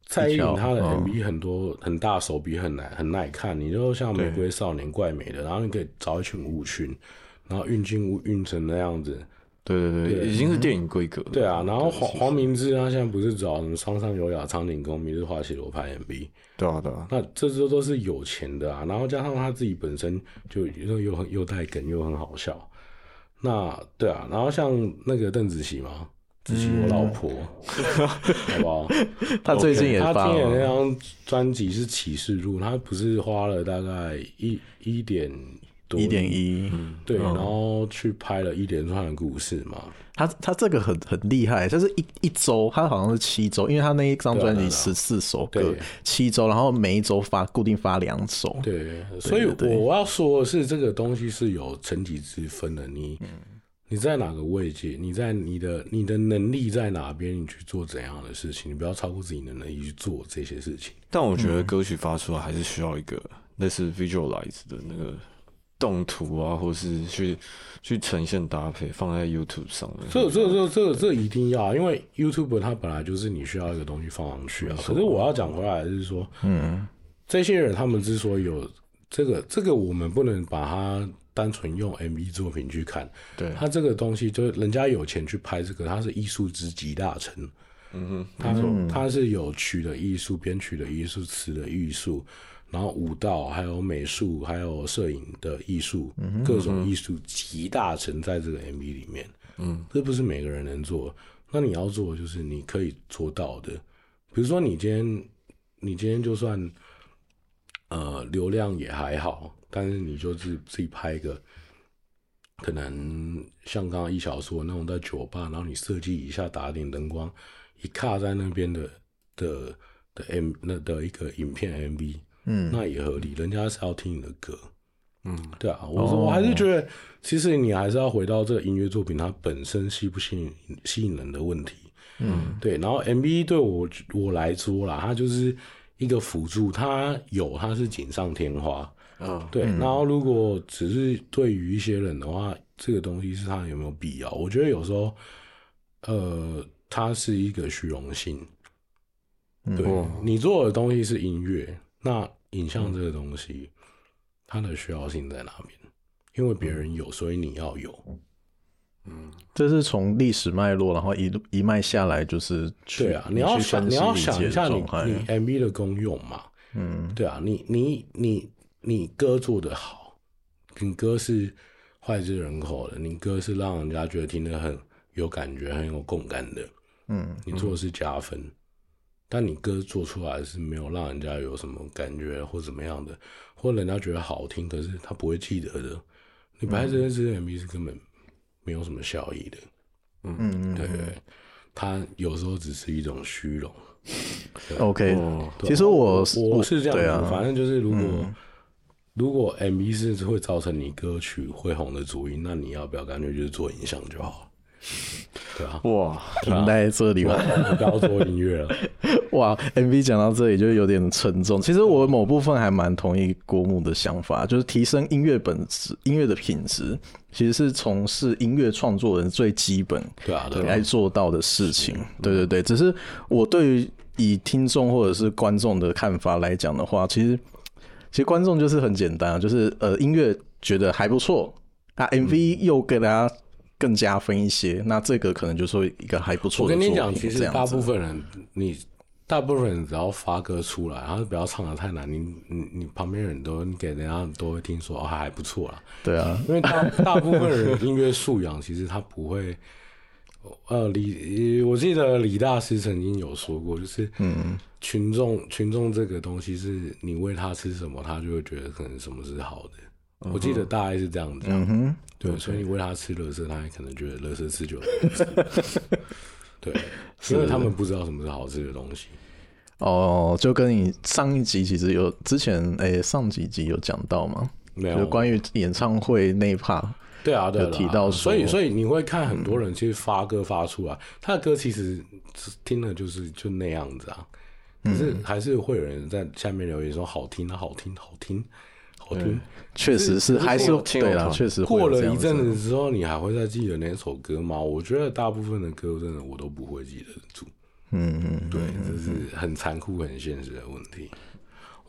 蔡依林她的 MV 很多、很大手笔很难很耐看，你就像玫瑰少年怪美的，然后你可以找一群舞群，然后运镜舞运成那样子。对对对，已经是电影规格了。对啊，然后黄黄明志他现在不是找什么商上有雅、苍井空、明日花绮罗拍 MV，对啊对啊，那这都都是有钱的啊，然后加上他自己本身就又又很又带梗又很好笑，那对啊，然后像那个邓紫棋嘛，紫棋我老婆，好不好？他最近也啊他发今年那了，张专辑是《启示录》，他不是花了大概一一点多嗯一点一，对，然后去拍了一连串的故事嘛，他他这个很很厉害，他是一一周，他好像是七周，因为他那一张啊专辑十四首歌对，七周，然后每一周发固定发两首，对，所以对我要说的是，这个东西是有层级之分的。你、你在哪个位阶，你在你的你的能力在哪边，你去做怎样的事情，你不要超过自己的能力去做这些事情。但我觉得歌曲发出来还是需要一个类似 visualize 的那个动图啊，或是去去呈现搭配，放在 YouTube 上面。这这这这这一定要，因为 YouTube 它本来就是你需要一个东西放上去啊。可是我要讲回来的是说，嗯，这些人他们之所以有这个这个，我们不能把它单纯用 MV 作品去看，对他这个东西就是人家有钱去拍这个，他是艺术之集大成。嗯哼，他他是有曲的艺术、编曲的艺术、词的艺术，然后舞蹈、还有美术、还有摄影的艺术，各种艺术集大成在这个 MV 里面。嗯，这不是每个人能做。那你要做的就是你可以做到的，比如说你今天，你今天就算呃流量也还好，但是你就自自己拍一个，可能像刚刚一小说那种在酒吧，然后你设计一下打点灯光，一卡在那边的的的 M 那的一个影片 MV，嗯，那也合理，人家是要听你的歌。嗯，对啊，我说我还是觉得，其实你还是要回到这个音乐作品它本身吸不吸引吸引人的问题。嗯，对。然后 MV 对我我来说啦，它就是一个辅助，它有它是锦上添花。嗯，对。然后如果只是对于一些人的话，这个东西是它有没有必要？我觉得有时候，呃，它是一个虚荣心。嗯对、哦你做的东西是音乐，那影像这个东西，嗯它的需要性在哪边？因为别人有，所以你要有。嗯这是从历史脉络，然后一路一脉下来，就是去对啊，你要去想分你析要理想解一下的你状态你 MV 的功用嘛，嗯，对啊，你你你你歌做得好，你歌是脍炙人口的，你歌是让人家觉得听得很有感觉、很有共感的，嗯，你做的是加分，但你歌做出来是没有让人家有什么感觉或怎么样的，或人家觉得好听，可是他不会记得的，你拍这件事 MV 是根本没有什么效益的，嗯对，它有时候只是一种虚荣。 OK，、哦，其实我嗯我是这样对子，啊，反正就是如果、如果 MV 是会造成你歌曲会红的主因，那你要不要干脆就是做影像就好了？ 对啊哇，停在这里吧。我不要做音乐了。哇，MV 讲到这里就有点沉重。其实我某部分还蛮同意郭牧的想法，就是提升音乐本质、音乐的品质，其实是从事音乐创作人最基本对啊，对啊，该做到的事情。对对对，只是我对于以听众或者是观众的看法来讲的话，其实其实观众就是很简单啊，就是呃音乐觉得还不错，那嗯 MV 又给大家更加分一些，那这个可能就是一个还不错我的跟作品。你讲，其这实样大子部分人你。大部分人只要发歌出来，然后不要唱的太难，你你你旁边人都你给人家都会听说哦还不错啦， 对啊，因为大大部分人音乐素养其实他不会呃，李，我记得李大师曾经有说过，就是，嗯，群众群众这个东西是你喂他吃什么，他就会觉得可能什么是好的。嗯我记得大概是这样子、嗯哼，对，所以你喂他吃垃圾，他也可能觉得垃圾吃久 了不吃，对，因为他们不知道什么是好吃的东西。哦，就跟你上一集其实有之前诶、上几集有讲到嘛，没就有，关于演唱会那一 part，对啊，对啊，有对啊提到所以说嗯所以你会看很多人去发歌发出来，他的歌其实听了就是就那样子啊，嗯可是还是会有人在下面留言说好听啊，好听，好听，好听。确实是还是我听我对啦，团确实会有过这了样啊一阵子之后，你还会再记得哪首歌吗？我觉得大部分的歌真的我都不会记得住。嗯嗯，对，这是很残酷、很现实的问题。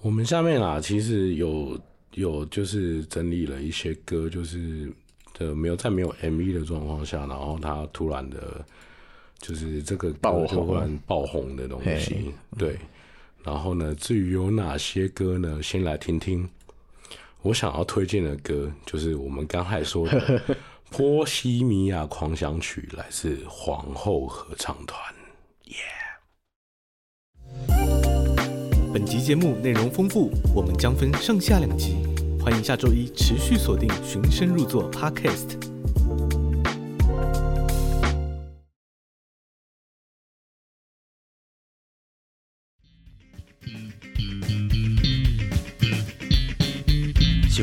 我们下面啊，其实有有就是整理了一些歌，就是呃没有在没有 MV 的状况下，然后它突然的，就是这个歌爆红就忽然爆红嗯的东西，对。然后呢，至于有哪些歌呢，先来听听。我想要推荐的歌就是我们刚才说的 《波西米亚狂想曲》，来自皇后合唱团。本集节目内容丰富，我们将分上下两集，欢迎下周一持续锁定《循声入座》Podcast。喜